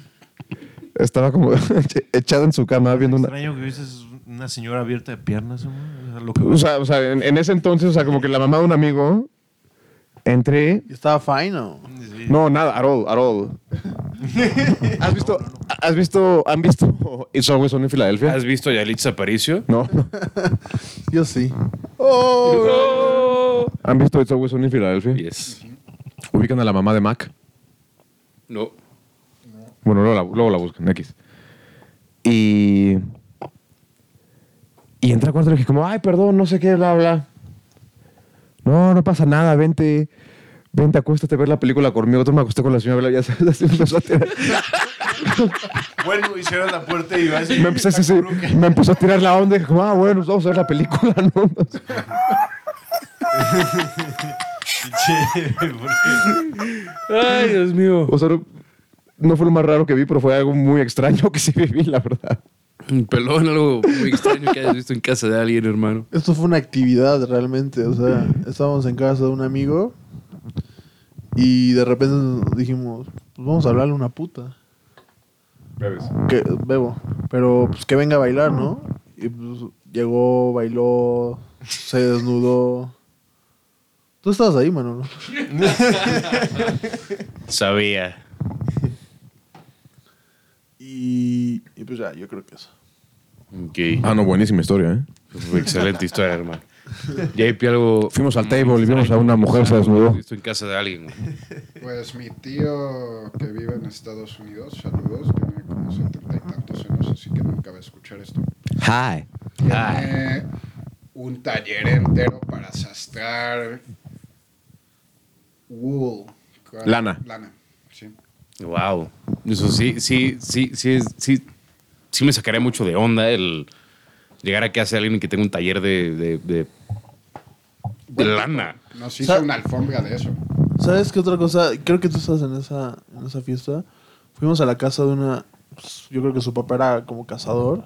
B: estaba como (laughs) echada en su cama viendo una.
E: Extraño que viste una señora abierta de piernas, ¿no? O sea, lo que-
B: O sea, o sea, en, en ese entonces, o sea, como que la mamá de un amigo, entré.
C: ¿Y estaba fine o.?
E: Sí.
B: No, nada, at all, at all. ¿Has visto, has visto, han visto It's Always Sunny en Filadelfia?
A: ¿Has visto a Yalitza Aparicio?
B: No. (laughs)
C: Yo sí.
B: ¿Han visto It's Always Sunny en Filadelfia?
A: Yes.
B: Ubican a la mamá de Mac.
A: No.
B: Bueno, luego la, luego la buscan, X. Y. Y entré al cuarto y le dije, como, ay, perdón, no sé qué, bla, bla. No, no pasa nada, vente. Vente, acuéstate a ver la película conmigo. Otro me acosté con la señora, bla, ya sabes, (laughs) así me empezó a tirar.
E: Bueno, y cierras la puerta y vas. (laughs)
B: Me, empecé, sí, sí, me empezó a tirar (laughs) la onda y dije, como, ah, bueno, pues vamos a ver la película, ¿no?
E: Pinche, ¿por qué?
A: Ay, Dios mío.
B: O sea, no, no fue lo más raro que vi, pero fue algo muy extraño que sí viví, la verdad.
A: Un pelón, algo muy extraño que hayas visto en casa de alguien, hermano.
C: Esto fue una actividad realmente. O sea, estábamos en casa de un amigo y de repente dijimos, pues vamos a hablarle a una puta.
D: Bebes.
C: Que, bebo. Pero pues que venga a bailar, ¿no? Y pues llegó, bailó, se desnudó. Tú estabas ahí, Manolo.
A: Sabía.
C: Y, y pues ya, yo creo que eso.
A: Ok.
B: Ah, no, buenísima historia, ¿eh?
A: Excelente historia, (laughs) hermano. JP, algo.
B: Fuimos al table y vimos a una mujer, se desnudó.
A: Visto en casa de alguien. güey.
D: Pues mi tío que vive en Estados Unidos, saludos, tiene como setenta y tantos años, así que nunca va a escuchar esto.
F: Hi.
D: Tiene un taller entero para sastrar wool. ¿cuál?
B: Lana.
D: Lana, sí.
A: Wow. Eso sí, sí, sí, sí, es- sí, sí me sacaría mucho de onda el llegar a casa de alguien que tenga un taller de, de, de, de lana.
D: Nos
C: Sa-
D: hizo una alfombra de eso.
C: ¿Sabes qué otra cosa? Creo que tú estabas en esa, en esa fiesta. Fuimos a la casa de una. pues, yo creo que su papá era como cazador.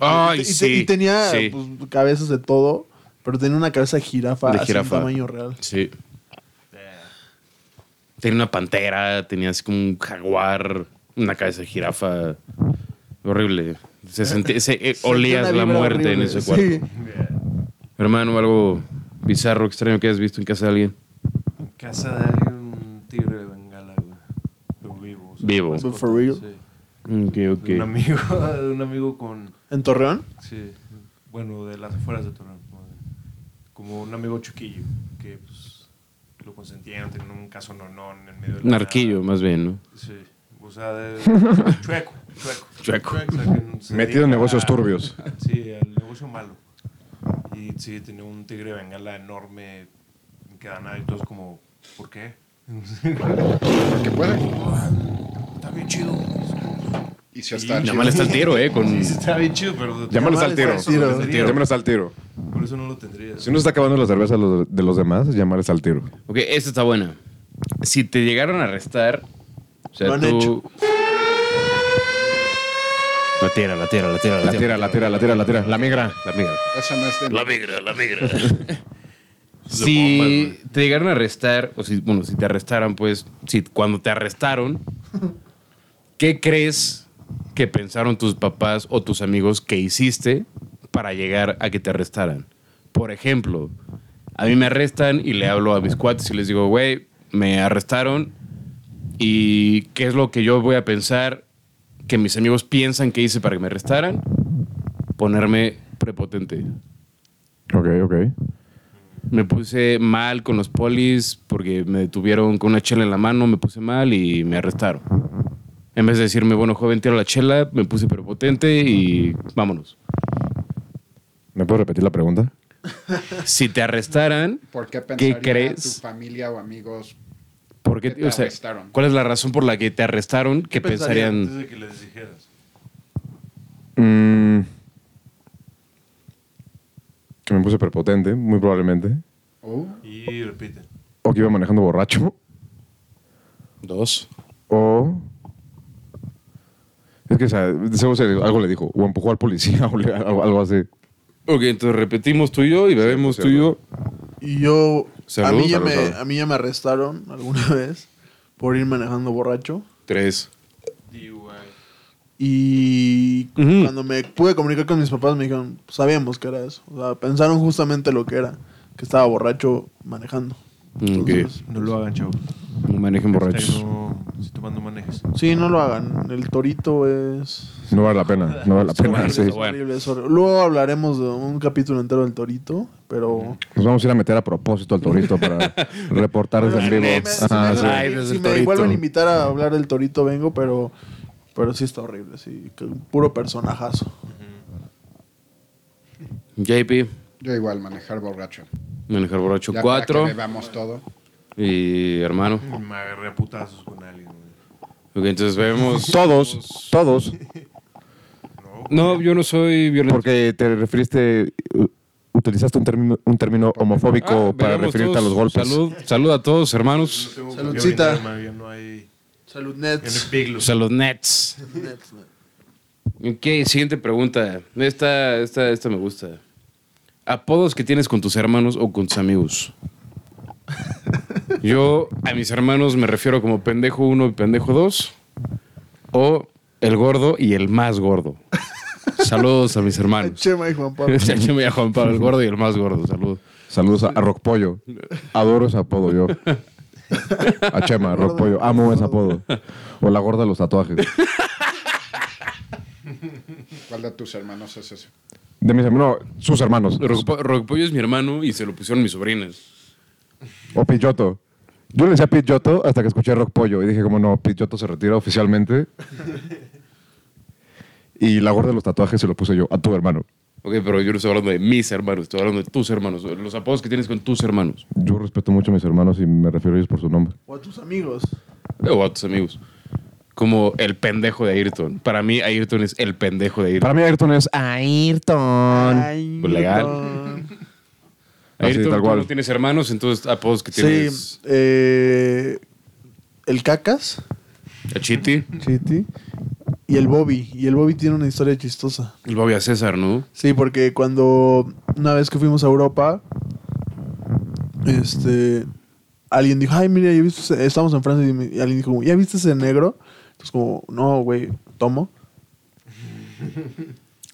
A: Ay,
C: y, te-
A: sí.
C: y tenía
A: sí,
C: pues, cabezas de todo, pero tenía una cabeza de jirafa
A: De
C: así
A: jirafa.
C: de tamaño real.
A: sí. Tenía una pantera, tenía así como un jaguar, una cabeza de jirafa. Horrible. Se sentía, se,
C: (laughs)
A: eh, olías
C: Sentía una
A: la
C: vibra
A: muerte en
C: horrible,
A: ese cuarto.
C: sí.
A: (laughs) Hermano, algo bizarro, extraño que hayas visto en casa de alguien.
E: En casa de alguien un tigre de bengala, güey. Pero vivo. o sea,
A: Vivo.
E: mascota,
C: For real.
E: sí.
A: Ok, ok.
E: De Un amigo, (laughs) de un amigo con...
C: ¿En Torreón?
E: Sí, bueno, de las afueras de Torreón. ¿no? Como un amigo chiquillo que pues, lo consentían, tenían un caso nonón en medio de la
A: Narquillo,
E: nada.
A: más bien, ¿no?
E: Sí, o sea, de, chueco, chueco.
A: Chueco.
E: o sea, que no se
B: Metido en
E: dedica
B: negocios
E: a-
B: turbios.
E: (laughs) Sí, al negocio malo. Y sí, tenía un tigre de bengala enorme que da nada y todos como, ¿por qué? (laughs)
D: Porque puede.
E: Ah, Está bien chido.
D: Y se está.
A: Nada más le está el tiro, ¿eh? Con...
E: Sí, está bien chido, pero...
B: Llámalos al tiro.
E: Por eso no lo tendría.
B: Llámalos al tiro.
E: Por eso no lo tendría.
B: Si uno está acabando la cerveza lo- de los demás, llámales al tiro.
A: Ok, esta está buena. Si te llegaron a arrestar, o sea,
C: Lo han
A: tú...
C: hecho.
A: La tira, la tira, la tira,
B: La tira, la tira, la tira, la tira. La migra.
A: La migra.
D: Esa no es de.
A: migra, la migra. si te llegaron a arrestar, o si, bueno, si te arrestaran, pues, si cuando te arrestaron, ¿qué crees que pensaron tus papás o tus amigos que hiciste para llegar a que te arrestaran? Por ejemplo, a mí me arrestan y le hablo a mis cuates y les digo, güey, me arrestaron y qué es lo que yo voy a pensar que mis amigos piensan que hice para que me arrestaran. Ponerme prepotente.
B: Ok, ok.
A: Me puse mal con los polis porque me detuvieron con una chela en la mano, me puse mal y me arrestaron. En vez de decirme, bueno, joven, tira la chela, me puse prepotente y vámonos.
B: ¿Me puedo repetir la pregunta?
A: Si te arrestaran,
D: ¿Por qué
A: ¿Qué
D: pensaría
A: crees?
D: tu familia o amigos?
A: ¿por qué
D: ¿Por qué
A: te-
D: te
A: o sea,
D: arrestaron?
A: ¿Cuál es la razón por la que te arrestaron? ¿Qué pensarían?
E: Antes de que les dijeras.
B: Mm. que me puse prepotente, muy probablemente.
D: Oh,
E: Y repiten.
B: O que iba manejando borracho.
A: Dos.
B: O. Es que, o sea, seguro se- algo le dijo. O empujó al policía (laughs) o le- algo, algo así.
A: Ok, entonces repetimos tú y yo y bebemos
B: sí,
A: tú y yo.
C: Y yo.
A: Salud,
C: a, mí ya
A: salud,
C: me,
A: salud.
C: a mí ya me arrestaron (laughs) alguna vez por ir manejando borracho.
A: Tres.
E: DUI.
C: Y
A: Ujú.
C: cuando me pude comunicar con mis papás, me dijeron, sabíamos que era eso. O sea, pensaron justamente lo que era, que estaba borracho manejando. Entonces,
E: No lo hagan, chavos. Este,
A: No manejen borrachos.
E: No, si tú no manejes.
C: Sí, no lo hagan. El torito es.
B: No vale la pena. No vale la pena.
A: Bueno,
B: (laughs) sí.
C: es horrible, es horrible. Luego hablaremos de un capítulo entero del torito, pero.
B: Nos vamos a ir a meter a propósito al torito (laughs) para reportar desde en
C: Si me-
B: vivo.
C: si me-
B: Ajá,
C: si
B: sí.
C: me-
A: Ay, desde
C: si
A: el
C: me
A: torito.
C: vuelven a invitar a hablar del torito, vengo, pero. Pero sí está horrible, sí. que un Puro personajazo.
A: JP,
D: yo igual, manejar borracho.
A: manejar borracho
D: Ya
A: cuatro.
D: Para que bebamos todo.
A: Y hermano.
E: Me agarré a putazos con alguien. güey.
A: Ok, entonces bebemos.
B: Todos, todos.
A: No, yo no soy violento.
B: Porque te referiste, u- ut- eh, utilizaste un término, un término homofóbico
A: Ah,
B: para
A: veremos
B: referirte a
A: todos.
B: los golpes.
A: Salud, salud a todos, hermanos.
E: tengo por qué
C: Saludcita.
E: brindarme, ya no hay.
C: Salud
E: ya no hay
C: Nets.
E: Big Luz.
A: Pues a los Nets.
C: Nets, Nets.
A: Ok, siguiente pregunta. Esta, esta, esta me gusta. Apodos que tienes con tus hermanos o con tus
B: (laughs)
A: amigos. Yo a mis hermanos me refiero como pendejo uno y pendejo dos. O el gordo y el más gordo. Saludos a mis
C: Ay,
A: hermanos.
C: Chema y Juan
B: (laughs)
A: (laughs)
C: Pablo.
A: Yo me a Juan Pablo, el gordo y el más gordo. Saludos.
B: Saludos a, a Rockpollo. Adoro ese apodo yo. A Chema, Rockpollo. Amo ese apodo. O la gorda de los tatuajes.
D: ¿Cuál de tus hermanos es ese?
B: De mis hermanos, sus hermanos.
A: Rockpo- Rockpollo es mi hermano y se lo pusieron mis sobrinas.
B: O Pilloto. Yo le decía Pilloto hasta que escuché Rock Pollo y dije, como no, Pilloto se retira oficialmente. y la gorda de los tatuajes se lo puse yo a tu hermano.
A: Ok, pero yo no estoy hablando de mis hermanos, estoy hablando de tus hermanos. Los apodos que tienes con tus hermanos
B: Yo respeto mucho a mis hermanos y me refiero a ellos por su nombre.
C: O a tus amigos.
A: eh, o a tus amigos. Como el pendejo de Ayrton. Para mí, Ayrton es el pendejo de Ayrton.
B: Para mí Ayrton es Ayrton.
C: Ay,
A: Pues legal.
C: perdón.
B: Así,
A: Ayrton,
B: tal
A: tú
B: cual.
A: no tienes hermanos, entonces apodos que
C: Sí,
A: tienes.
C: eh, el Cacas
A: A Chiti.
C: Chiti, y el Bobby. Y el Bobby tiene una historia chistosa.
A: El Bobby a César, ¿no?
C: Sí, porque cuando una vez que fuimos a Europa, este, alguien dijo, ay, mira, ya viste, ese-" estamos en Francia y, me- y alguien dijo, como, ¿ya viste ese negro? Entonces como, no, güey, tomo.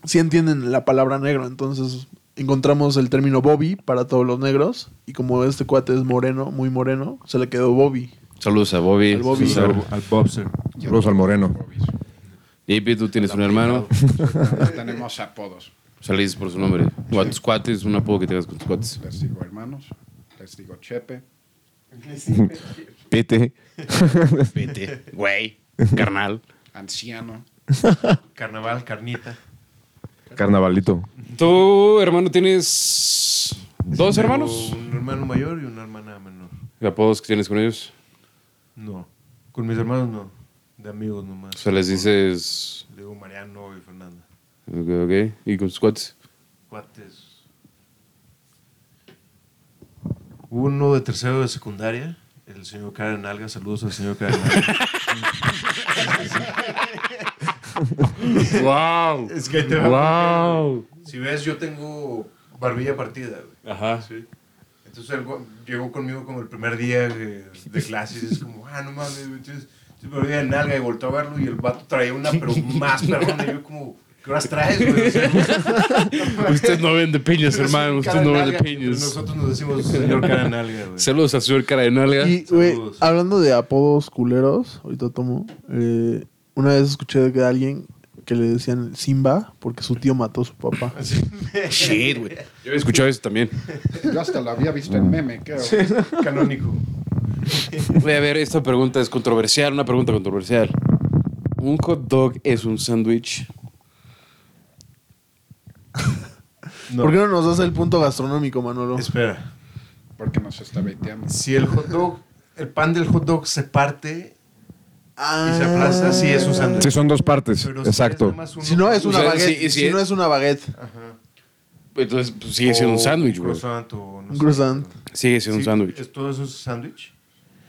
C: Sí entienden la palabra negro, entonces encontramos el término Bobby para todos los negros y como este cuate es moreno, muy moreno, se le quedó Bobby.
A: Saludos a Bobby.
C: Al Bobby.
A: César.
E: Al- Al Bobster.
B: Rosa al Moreno.
A: JP, tú tienes un hermano. (laughs)
D: Tenemos apodos.
A: Salís por su nombre. O a tus cuates, un apodo que tengas con tus cuates.
D: Les digo hermanos, les digo Chepe.
B: Pete.
A: Vete. Güey. Carnal.
D: Anciano.
E: Carnaval, carnita.
B: Carnavalito.
A: ¿Tú, hermano, tienes dos hermanos?
E: Tengo Un hermano mayor y una hermana menor.
A: ¿Apodos que tienes con ellos?
E: No. Con mis hermanos no. De amigos nomás.
A: O sea, les dices...
E: Le digo Mariano y Fernanda.
A: Ok, ok. ¿Y con tus cuates?
E: Cuates. Hubo Uno de tercero de secundaria. El señor Karen Alga. Saludos al señor Karen Alga.
A: ¡Wow!
E: (laughs) es que ahí te va.
A: ¡Wow!
E: Si ves, yo tengo barbilla partida, güey.
A: Ajá.
E: Sí. Entonces él gu- llegó conmigo como el primer día de, de clases. Es como, ah, no mames, güey, tienes tienes barbilla de nalga. Y volteó a verlo y el vato traía una, pero más perrona. Y yo, como, ¿qué horas traes, güey? O sea,
A: Usted no vende piñas,
E: pero sí,
A: hermano. Usted
E: cara de
A: no vende
E: nalga.
A: piñas.
E: Nosotros nos decimos señor cara de nalga, güey.
A: Saludos al señor cara de nalga.
C: Y, güey,
E: Saludos.
C: hablando de apodos culeros, ahorita tomo. eh, una vez escuché de alguien que le decían Simba porque su tío mató a su papá.
A: Shit,
E: (laughs)
A: güey. Yo había escuchado eso también.
D: Yo hasta lo había visto en meme, creo.
E: Canónico.
A: Voy a ver, esta pregunta es controversial. Una pregunta controversial. ¿Un hot dog es un sándwich?
E: No,
C: ¿Por qué no nos das el punto gastronómico, Manolo?
E: Espera.
D: Porque nos está baiteando.
E: Si el hot dog, el pan del hot dog se parte
C: Ah.
E: y se aplasta, sí es un sándwich.
B: Sí, son dos partes.
E: Pero si es
B: Exacto.
E: nada más uno-
C: Si no es
A: O
C: una
A: sea,
C: baguette.
A: sí, sí,
C: si no
A: eh.
C: es una baguette.
A: Entonces pues, sigue siendo un
E: O
A: sándwich, güey.
E: croissant o no
C: Un
E: sé.
C: croissant.
A: Sigue siendo un
E: Oh, Sí,
A: sándwich.
E: ¿es- ¿Todo eso es sándwich?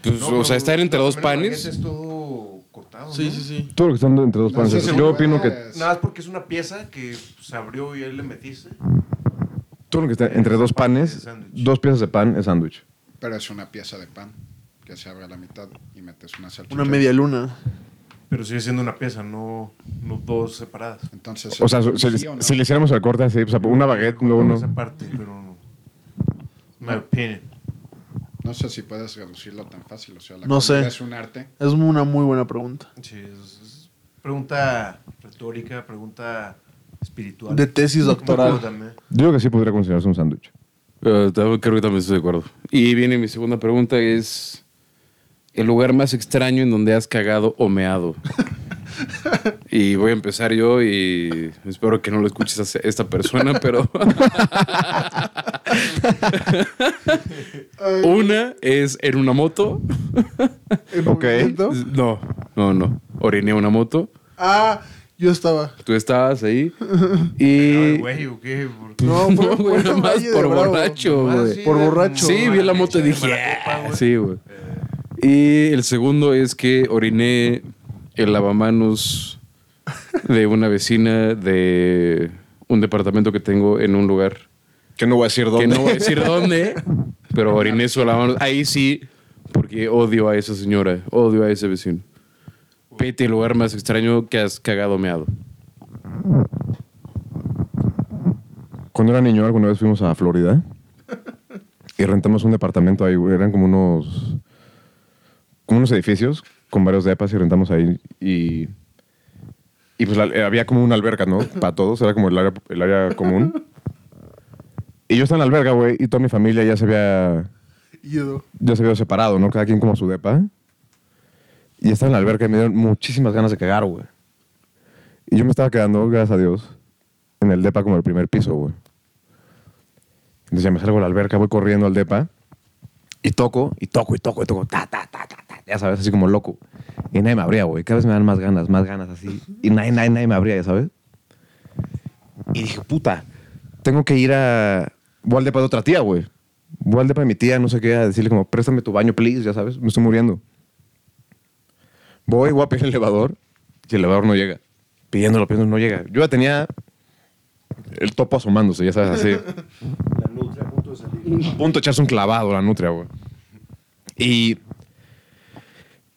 A: Pues,
E: No,
A: o
E: pero
A: sea, estar entre
E: más
A: dos
E: o menos la baguette
A: panes.
E: Es todo cortado.
C: Sí,
E: ¿no?
C: sí, sí.
B: Todo lo que están entre dos
D: No,
B: panes.
D: sí, sí,
B: Yo
D: sí.
B: opino que
D: Es-
E: Nada más porque es una pieza que se abrió y él le metiste.
B: todo lo que está entre dos panes, dos piezas de pan es sándwich.
D: Pero es una pieza de pan que se abre a la mitad y metes una salchicha.
C: Una media luna.
E: Pero sigue siendo una pieza, no, no dos separadas.
D: Entonces,
B: O sea,
D: ¿sí
B: si,
D: o
B: le-
D: no?
B: si le hiciéramos el corte así, o sea, una baguette, luego
E: No esa
B: uno.
E: parte, pero no. My opinion.
D: No sé si puedes reducirlo tan fácil. O sea, la
C: No
D: comida
C: sé.
D: es un arte.
C: Es una muy buena pregunta.
E: Sí, es- es pregunta retórica, pregunta espiritual.
C: De tesis doctoral.
E: También.
B: Yo creo que sí podría considerarse un sándwich.
A: Eh, creo que también estoy de acuerdo. Y viene mi segunda pregunta, es... El lugar más extraño en donde has cagado o
E: (laughs)
A: meado. y voy a empezar yo y espero que no lo escuches a esta persona,
E: (laughs)
A: pero... una es en una moto.
B: Ok.
A: No, no, no. Oriné una moto.
C: Ah, Yo estaba.
A: Tú estabas
E: (laughs)
A: ahí y... pues,
E: Ay, Ah, güey, ¿o qué?
A: (laughs)
E: Por-
C: No, fue-
A: No,
C: fue
A: güey,
C: en
A: nomás
C: Valle de
A: por
C: Bravo.
A: borracho,
E: Ah,
A: güey.
E: sí,
C: Por
E: era
C: borracho.
E: como
A: Sí, vi la moto y
E: leche de
A: dije,
E: Maracupa,
A: "Ah".
E: güey.
A: sí, güey. Y el segundo es que oriné el lavamanos de una vecina de un departamento que tengo en un lugar
B: Que no voy a decir dónde.
A: que no voy a decir dónde, pero oriné su lavamanos. Ahí sí, porque odio a esa señora, odio a ese vecino. Vete el lugar más extraño que has cagado meado.
B: Cuando era niño, alguna vez fuimos a Florida y rentamos un departamento ahí. güey. Eran como unos, como unos edificios con varios depas y rentamos ahí. Y, y pues la- eh, había como una alberca, ¿no? Para todos, era como el área, el área común. Y yo estaba en la alberga, güey, y toda mi familia ya se había,
C: Ido.
B: ya se había separado, ¿no? Cada quien como a su depa. Y estaba en la alberca y me dieron muchísimas ganas de cagar, güey. Y yo me estaba quedando, gracias a Dios, en el depa como el primer piso, güey. Entonces ya me salgo de la alberca, voy corriendo al depa y toco, y toco, y toco, y toco, ta, ta, ta, ta, ta, ya sabes, así como loco. Y nadie me abría, güey. Cada vez me dan más ganas, más ganas así. Y nadie, nadie, nadie me abría, ya sabes. Y dije, puta, tengo que ir a. Voy al depa de otra tía, güey. Voy al depa de mi tía, no sé qué, a decirle como, préstame tu baño, please, ya sabes, me estoy muriendo. Voy, voy a pedir el elevador y el elevador no llega. Pidiéndolo, pidiéndolo, no llega. Yo ya tenía el topo asomándose, ya sabes,
G: (laughs)
B: así.
G: La nutria a punto de salir.
B: A punto de echarse un clavado la nutria, güey. Y,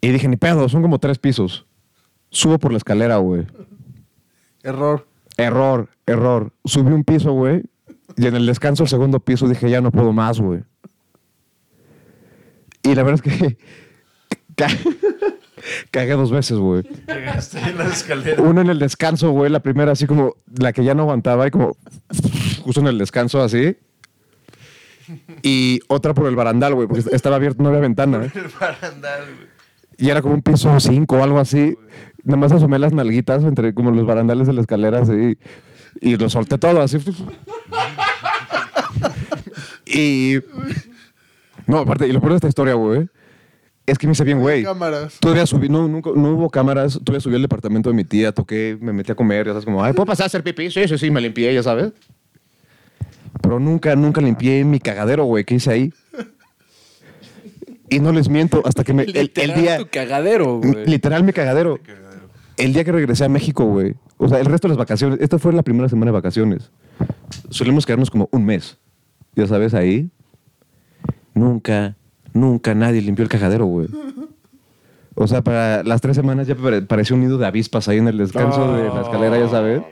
B: y dije, ni pedo, son como tres pisos. Subo por la escalera, güey.
C: Error.
B: Error, error. Subí un piso, güey. Y en el descanso del segundo piso dije, ya no puedo más, güey. Y la verdad es que (laughs) ca- cagué dos veces, güey.
E: Llegaste en la escalera. (laughs)
B: Uno en el descanso, güey. La primera así como la que ya no aguantaba y como justo en el descanso así. Y otra por el barandal, güey, porque estaba abierto, no había ventana. güey.
E: Para andar, güey.
B: Y era como un piso 5 o algo así. Nada más asomé las nalguitas entre como los barandales de la escalera así. Y lo solté todo así. (laughs) y... No, aparte, y lo peor de esta historia, güey, es que me hice bien, güey.
C: Cámaras.
B: Todavía subí, no, nunca, no hubo cámaras. Todavía subí al departamento de mi tía, toqué, me metí a comer, ya sabes, como, ay, ¿puedo pasar a hacer pipí? Sí, sí, sí, me limpié, ya sabes. Pero nunca, nunca limpié mi cagadero, güey, que hice ahí. Y no les miento, hasta que me, el, el día.
A: tu cagadero,
B: M-
A: güey.
B: Literal, mi cagadero. El día que regresé a México, güey. O sea, el resto de las vacaciones. Esta fue la primera semana de vacaciones. Solemos quedarnos como un mes. Ya sabes, ahí. Nunca, nunca nadie limpió el cagadero, güey. O sea, para las tres semanas ya pare- parecía un nido de avispas ahí en el descanso de la escalera, ya sabes.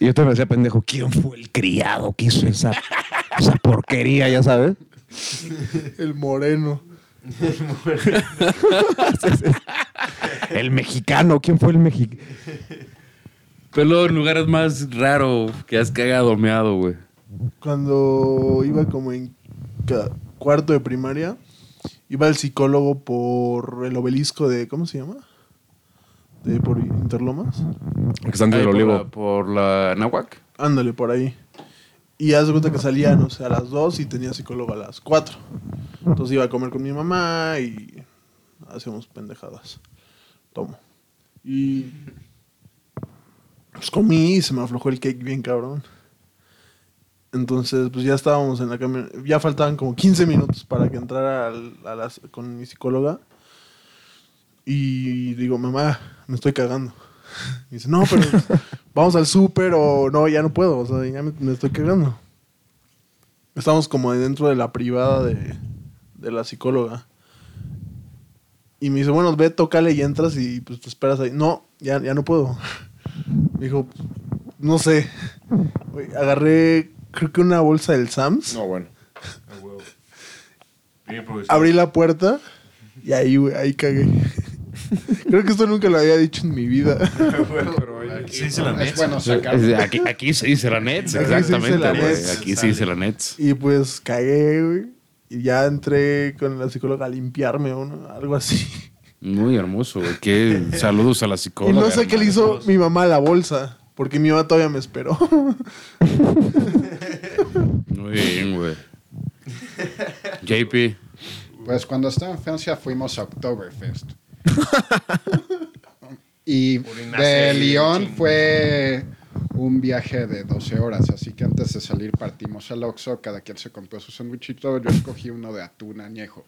B: Y yo te me decía, pendejo, ¿quién fue el criado que hizo esa, esa porquería, ya sabes?
C: El moreno.
B: El mexicano, ¿quién fue el mexicano?
A: Pero luego en lugares más raro que has cagado meado, güey.
C: Cuando iba como en ca- cuarto de primaria, iba al psicólogo por el obelisco de. ¿Cómo se llama? De por Interlomas.
B: Que están
A: Ahí
B: del
A: por
B: olivo.
A: la- Por la Nahuac.
C: Ándale, por ahí. Y haz de cuenta que salían, o sea, a las 2 y tenía psicólogo a las 4. Entonces iba a comer con mi mamá y hacíamos pendejadas. Tomo. Y pues comí y se me aflojó el cake bien cabrón. Entonces, pues ya estábamos en la camioneta. Ya faltaban como 15 minutos para que entrara al- a las- con mi psicóloga. Y digo, mamá, me estoy cagando. Y dice, no, pero vamos al súper o no, ya no puedo, o sea, ya me, me estoy cagando. Estamos como dentro de la privada de, de la psicóloga. Y me dice, bueno, ve, tócale y entras y pues te esperas ahí. No, ya, ya no puedo. Me dijo, no sé. Güey, agarré, creo que una bolsa del Sams.
B: bueno.
E: A huevo. Bien improvisado. (laughs)
C: Abrí la puerta y ahí, güey, ahí cagué. creo que esto nunca lo había dicho en mi vida.
E: Sí, hice la
D: es
E: mesa.
D: bueno sacar.
A: Aquí, aquí se dice la Nets,
C: Aquí se dice
A: exactamente,
C: la
A: güey.
C: Nets.
A: Aquí se dice la Nets.
C: Y pues cagué, güey. Y ya entré con la psicóloga a limpiarme o no, algo así.
A: Muy hermoso, güey. Qué saludos a la
C: Y
A: psicóloga.
C: no sé qué le hizo
E: hermanos.
C: mi mamá a la bolsa, porque mi mamá todavía me esperó.
A: Muy bien, güey. JP.
D: Pues cuando estaba en Francia fuimos a Oktoberfest. Y
E: Orinaste
D: de
E: ahí,
D: León
E: chingón.
D: fue un viaje de 12 horas, así que antes de salir partimos al Oxxo, cada quien se compró su sándwichito, yo escogí uno de atún añejo.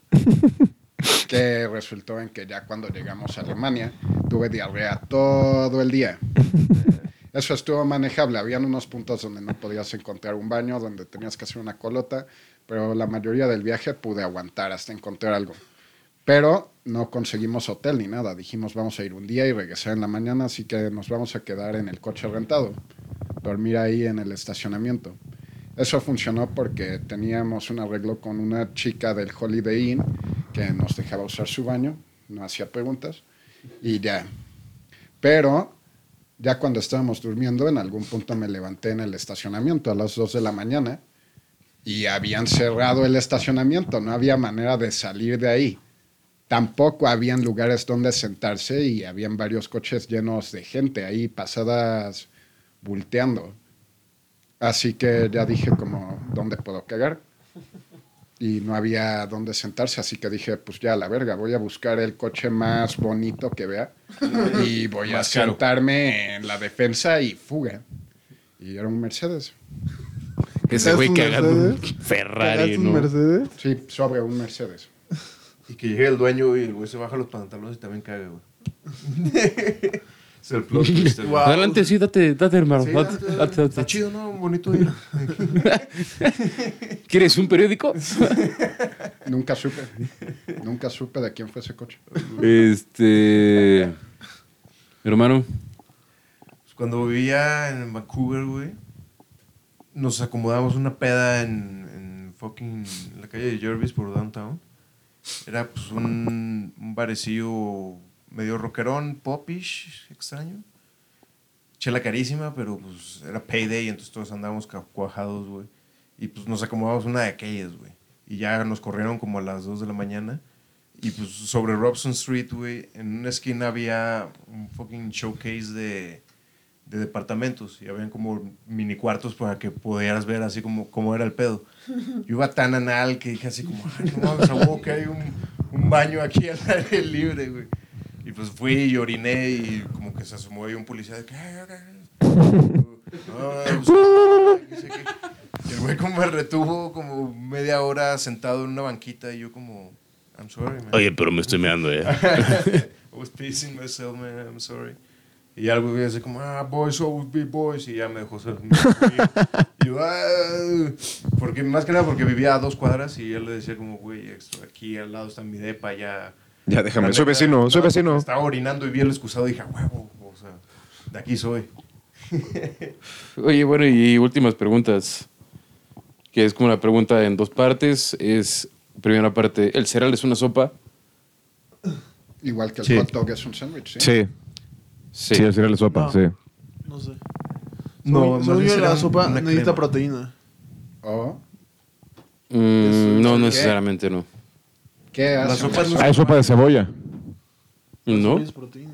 D: que resultó en que ya cuando llegamos a Alemania tuve diarrea todo el día. Eso estuvo manejable. Habían unos puntos donde no podías encontrar un baño, donde tenías que hacer una colota, pero la mayoría del viaje pude aguantar hasta encontrar algo. Pero no conseguimos hotel ni nada. Dijimos vamos a ir un día y regresar en la mañana, así que nos vamos a quedar en el coche rentado, dormir ahí en el estacionamiento. Eso funcionó porque teníamos un arreglo con una chica del Holiday Inn que nos dejaba usar su baño, no hacía preguntas y ya. Pero ya cuando estábamos durmiendo, en algún punto me levanté en el estacionamiento a las 2 de la mañana y habían cerrado el estacionamiento, no había manera de salir de ahí. Tampoco habían lugares donde sentarse y habían varios coches llenos de gente ahí pasadas volteando. Así que ya dije como, ¿dónde puedo cagar? Y no había dónde sentarse, así que dije, pues ya, a la verga, voy a buscar el coche más bonito que vea y voy a
E: Más caro.
D: sentarme en la defensa y fuga. Y era un Mercedes.
A: Ese güey
C: un
A: cagando un
C: Mercedes? (laughs)
A: Ferrari,
C: ¿Cagaste un
A: ¿no?
C: Mercedes?
D: Sí, sobre un Mercedes.
E: Y que llegue el dueño y el güey se baja los pantalones y también caga, güey. (laughs) es el plot twist. güey.
A: Adelante, sí, date, date, hermano.
E: Sí,
A: date,
E: está-
A: date, date.
E: Está chido, ¿no? Bonito día.
A: ¿Quieres un
C: (laughs)
A: periódico?
D: Nunca supe. Nunca supe de quién fue ese coche.
A: Este. Hermano,
E: Pues Cuando vivía en Vancouver, güey, nos acomodamos una peda en, en fucking en la calle de Jervis por downtown. Era pues un, un barecillo medio rockerón, popish, extraño. Chela carísima, pero pues era payday, entonces todos andábamos ca- cuajados, güey. Y pues nos acomodamos una de aquellas, güey. Y ya nos corrieron como a las 2 de la mañana. Y pues sobre Robson Street, güey, en una esquina había un fucking showcase de, de departamentos y habían como mini cuartos para que pudieras ver así como cómo era el pedo. Yo iba tan anal que dije así como, ay, no mames, a huevo que hay un, un baño aquí al aire libre, güey. Y pues fui y oriné y como que se asomó ahí un policía de que, ay, ay, ay. No, pues, que sé qué. Y el güey como me retuvo como media hora sentado en una banquita y yo como, I'm sorry, man.
H: Oye, pero me estoy meando,
E: (laughs)
H: eh.
E: I was pissing myself, man. I'm sorry. Y algo que dice como, ah, boys always be boys. Y ya me dejó ser. y yo, ah, porque más que nada porque vivía a dos cuadras y él le decía como, güey, esto, aquí al lado está mi depa, ya.
B: Ya déjame, Ah,
E: La
B: soy
E: neta,
B: vecino, soy
E: estaba-
B: vecino.
E: Estaba orinando y vi el excusado y dije, "A huevo, o sea, de aquí soy.
A: Oye, bueno, y últimas preguntas. Que es como una pregunta en dos partes. Es, primera parte, ¿el cereal es una sopa?
D: Igual que el
B: Sí.
D: hot dog es un sándwich, ¿sí?
B: Sí, sí, al final la sopa,
C: No.
B: sí.
C: No sé.
E: No,
C: No,
E: más
C: según
E: bien
C: yo la
E: será
C: sopa
E: una
C: necesita
E: crema.
C: proteína.
D: O,
A: Mm, no,
D: ¿Qué?
A: necesariamente no.
D: ¿qué
E: La
D: hace?
E: sopa es
B: Hay Ah, sopa de cebolla.
A: ¿No?
C: Es proteína.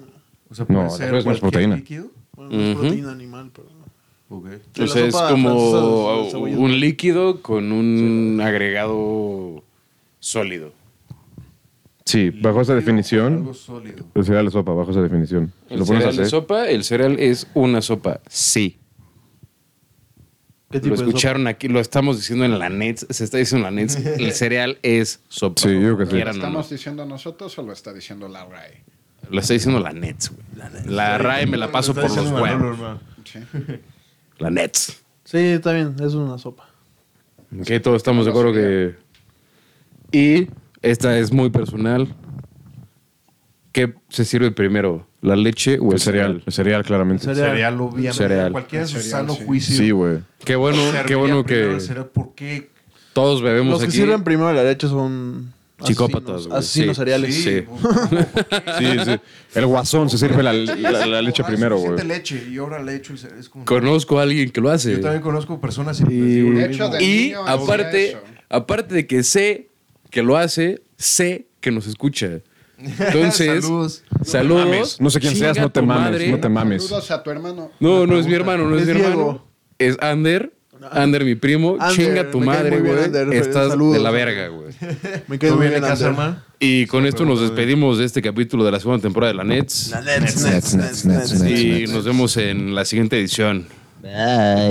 E: O sea,
B: No,
E: puede
B: la
E: ser
B: crema es más
E: cualquier
B: proteína.
E: líquido.
C: Bueno, no es
A: Ujú.
C: proteína animal, pero...
E: Ok.
C: Sí, la
A: O sea, es
C: sopa francesa
A: como
C: de cebolla.
A: un líquido con un agregado sólido.
B: Sí, bajo esa definición,
E: Algo sólido.
B: el cereal es sopa, bajo esa definición. Si
A: El
B: lo pones
A: cereal
B: a hacer,
A: es sopa, el cereal es una sopa. Sí.
C: ¿Qué
A: Lo
C: tipo de sopa?
A: escucharon aquí, lo estamos diciendo en la NETS, se está diciendo
C: (laughs)
A: en la NETS, el cereal es sopa.
B: Sí, yo creo que sí.
A: Quieran o no.
D: ¿Estamos diciendo nosotros o lo está diciendo la RAE?
A: Lo está diciendo la NETS, güey. La RAE me la paso
E: Está
A: por los
E: diciendo Manolo,
A: huevos.
E: hermano.
D: Sí.
A: La NETS.
C: Sí, está bien, es una sopa.
A: Que todos estamos de acuerdo que... Y esta es muy personal. ¿Qué se sirve primero? ¿La leche o el,
B: El cereal, el cereal claramente.
C: Cereal.
E: Cereal, obviamente.
A: Cereal.
E: Cualquier
D: Cereal,
E: sano
D: sí.
E: juicio.
B: Sí, güey.
A: Qué bueno, qué
E: Serviría
A: bueno
E: primero
A: que
E: el cereal, ¿Por qué?
A: todos bebemos
C: Los que
A: aquí.
C: sirven primero la leche son... asesinos-
A: Psicópatas, güey.
C: Asesinos
A: Sí.
C: cereales.
A: Sí.
B: Sí, sí. El guasón se sirve la, la- la leche
E: Ah,
B: primero,
E: suficiente
B: güey.
E: leche y ahora le echo el cereal. Es como-
A: Conozco a alguien que lo hace.
E: Yo también conozco personas y, les digo lo
D: De
E: mismo.
D: hecho, de
A: Y
D: niño hacía
A: aparte,
D: eso.
A: aparte de que sé que lo hace, sé que nos escucha. Entonces,
E: Saludos.
A: saludos.
B: Mames, no sé quién
A: Chinga
B: seas, no te
A: tu
B: mames,
A: madre.
B: no te mames.
D: Saludos a tu hermano.
A: No, no es mi hermano, no es,
C: Es
A: mi
C: Diego.
A: hermano. Es Ander. Ander, mi primo,
C: Ander,
A: chinga tu
C: me cae
A: madre,
C: muy bien,
A: güey.
C: Ander,
A: Estás
C: saludos.
A: de la verga,
C: (laughs)
A: güey.
C: Me quedo
E: ¿Tú
C: bien
E: vienes
C: en
E: a casa,
C: Ander.
E: hermano?
A: Y con
E: Sí,
A: esto nos
E: pero, güey.
A: despedimos de este capítulo de la segunda temporada de la Nets.
C: La Nets, Nets, Nets, Nets,
A: Y
C: Nets.
A: nos vemos en la siguiente edición.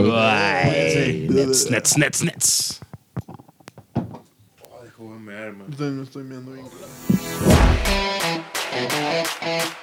A: Bye. Nets, Nets, Nets, Nets.
E: Ay, joder, me arma.
C: Estoy- me estoy viendo bien.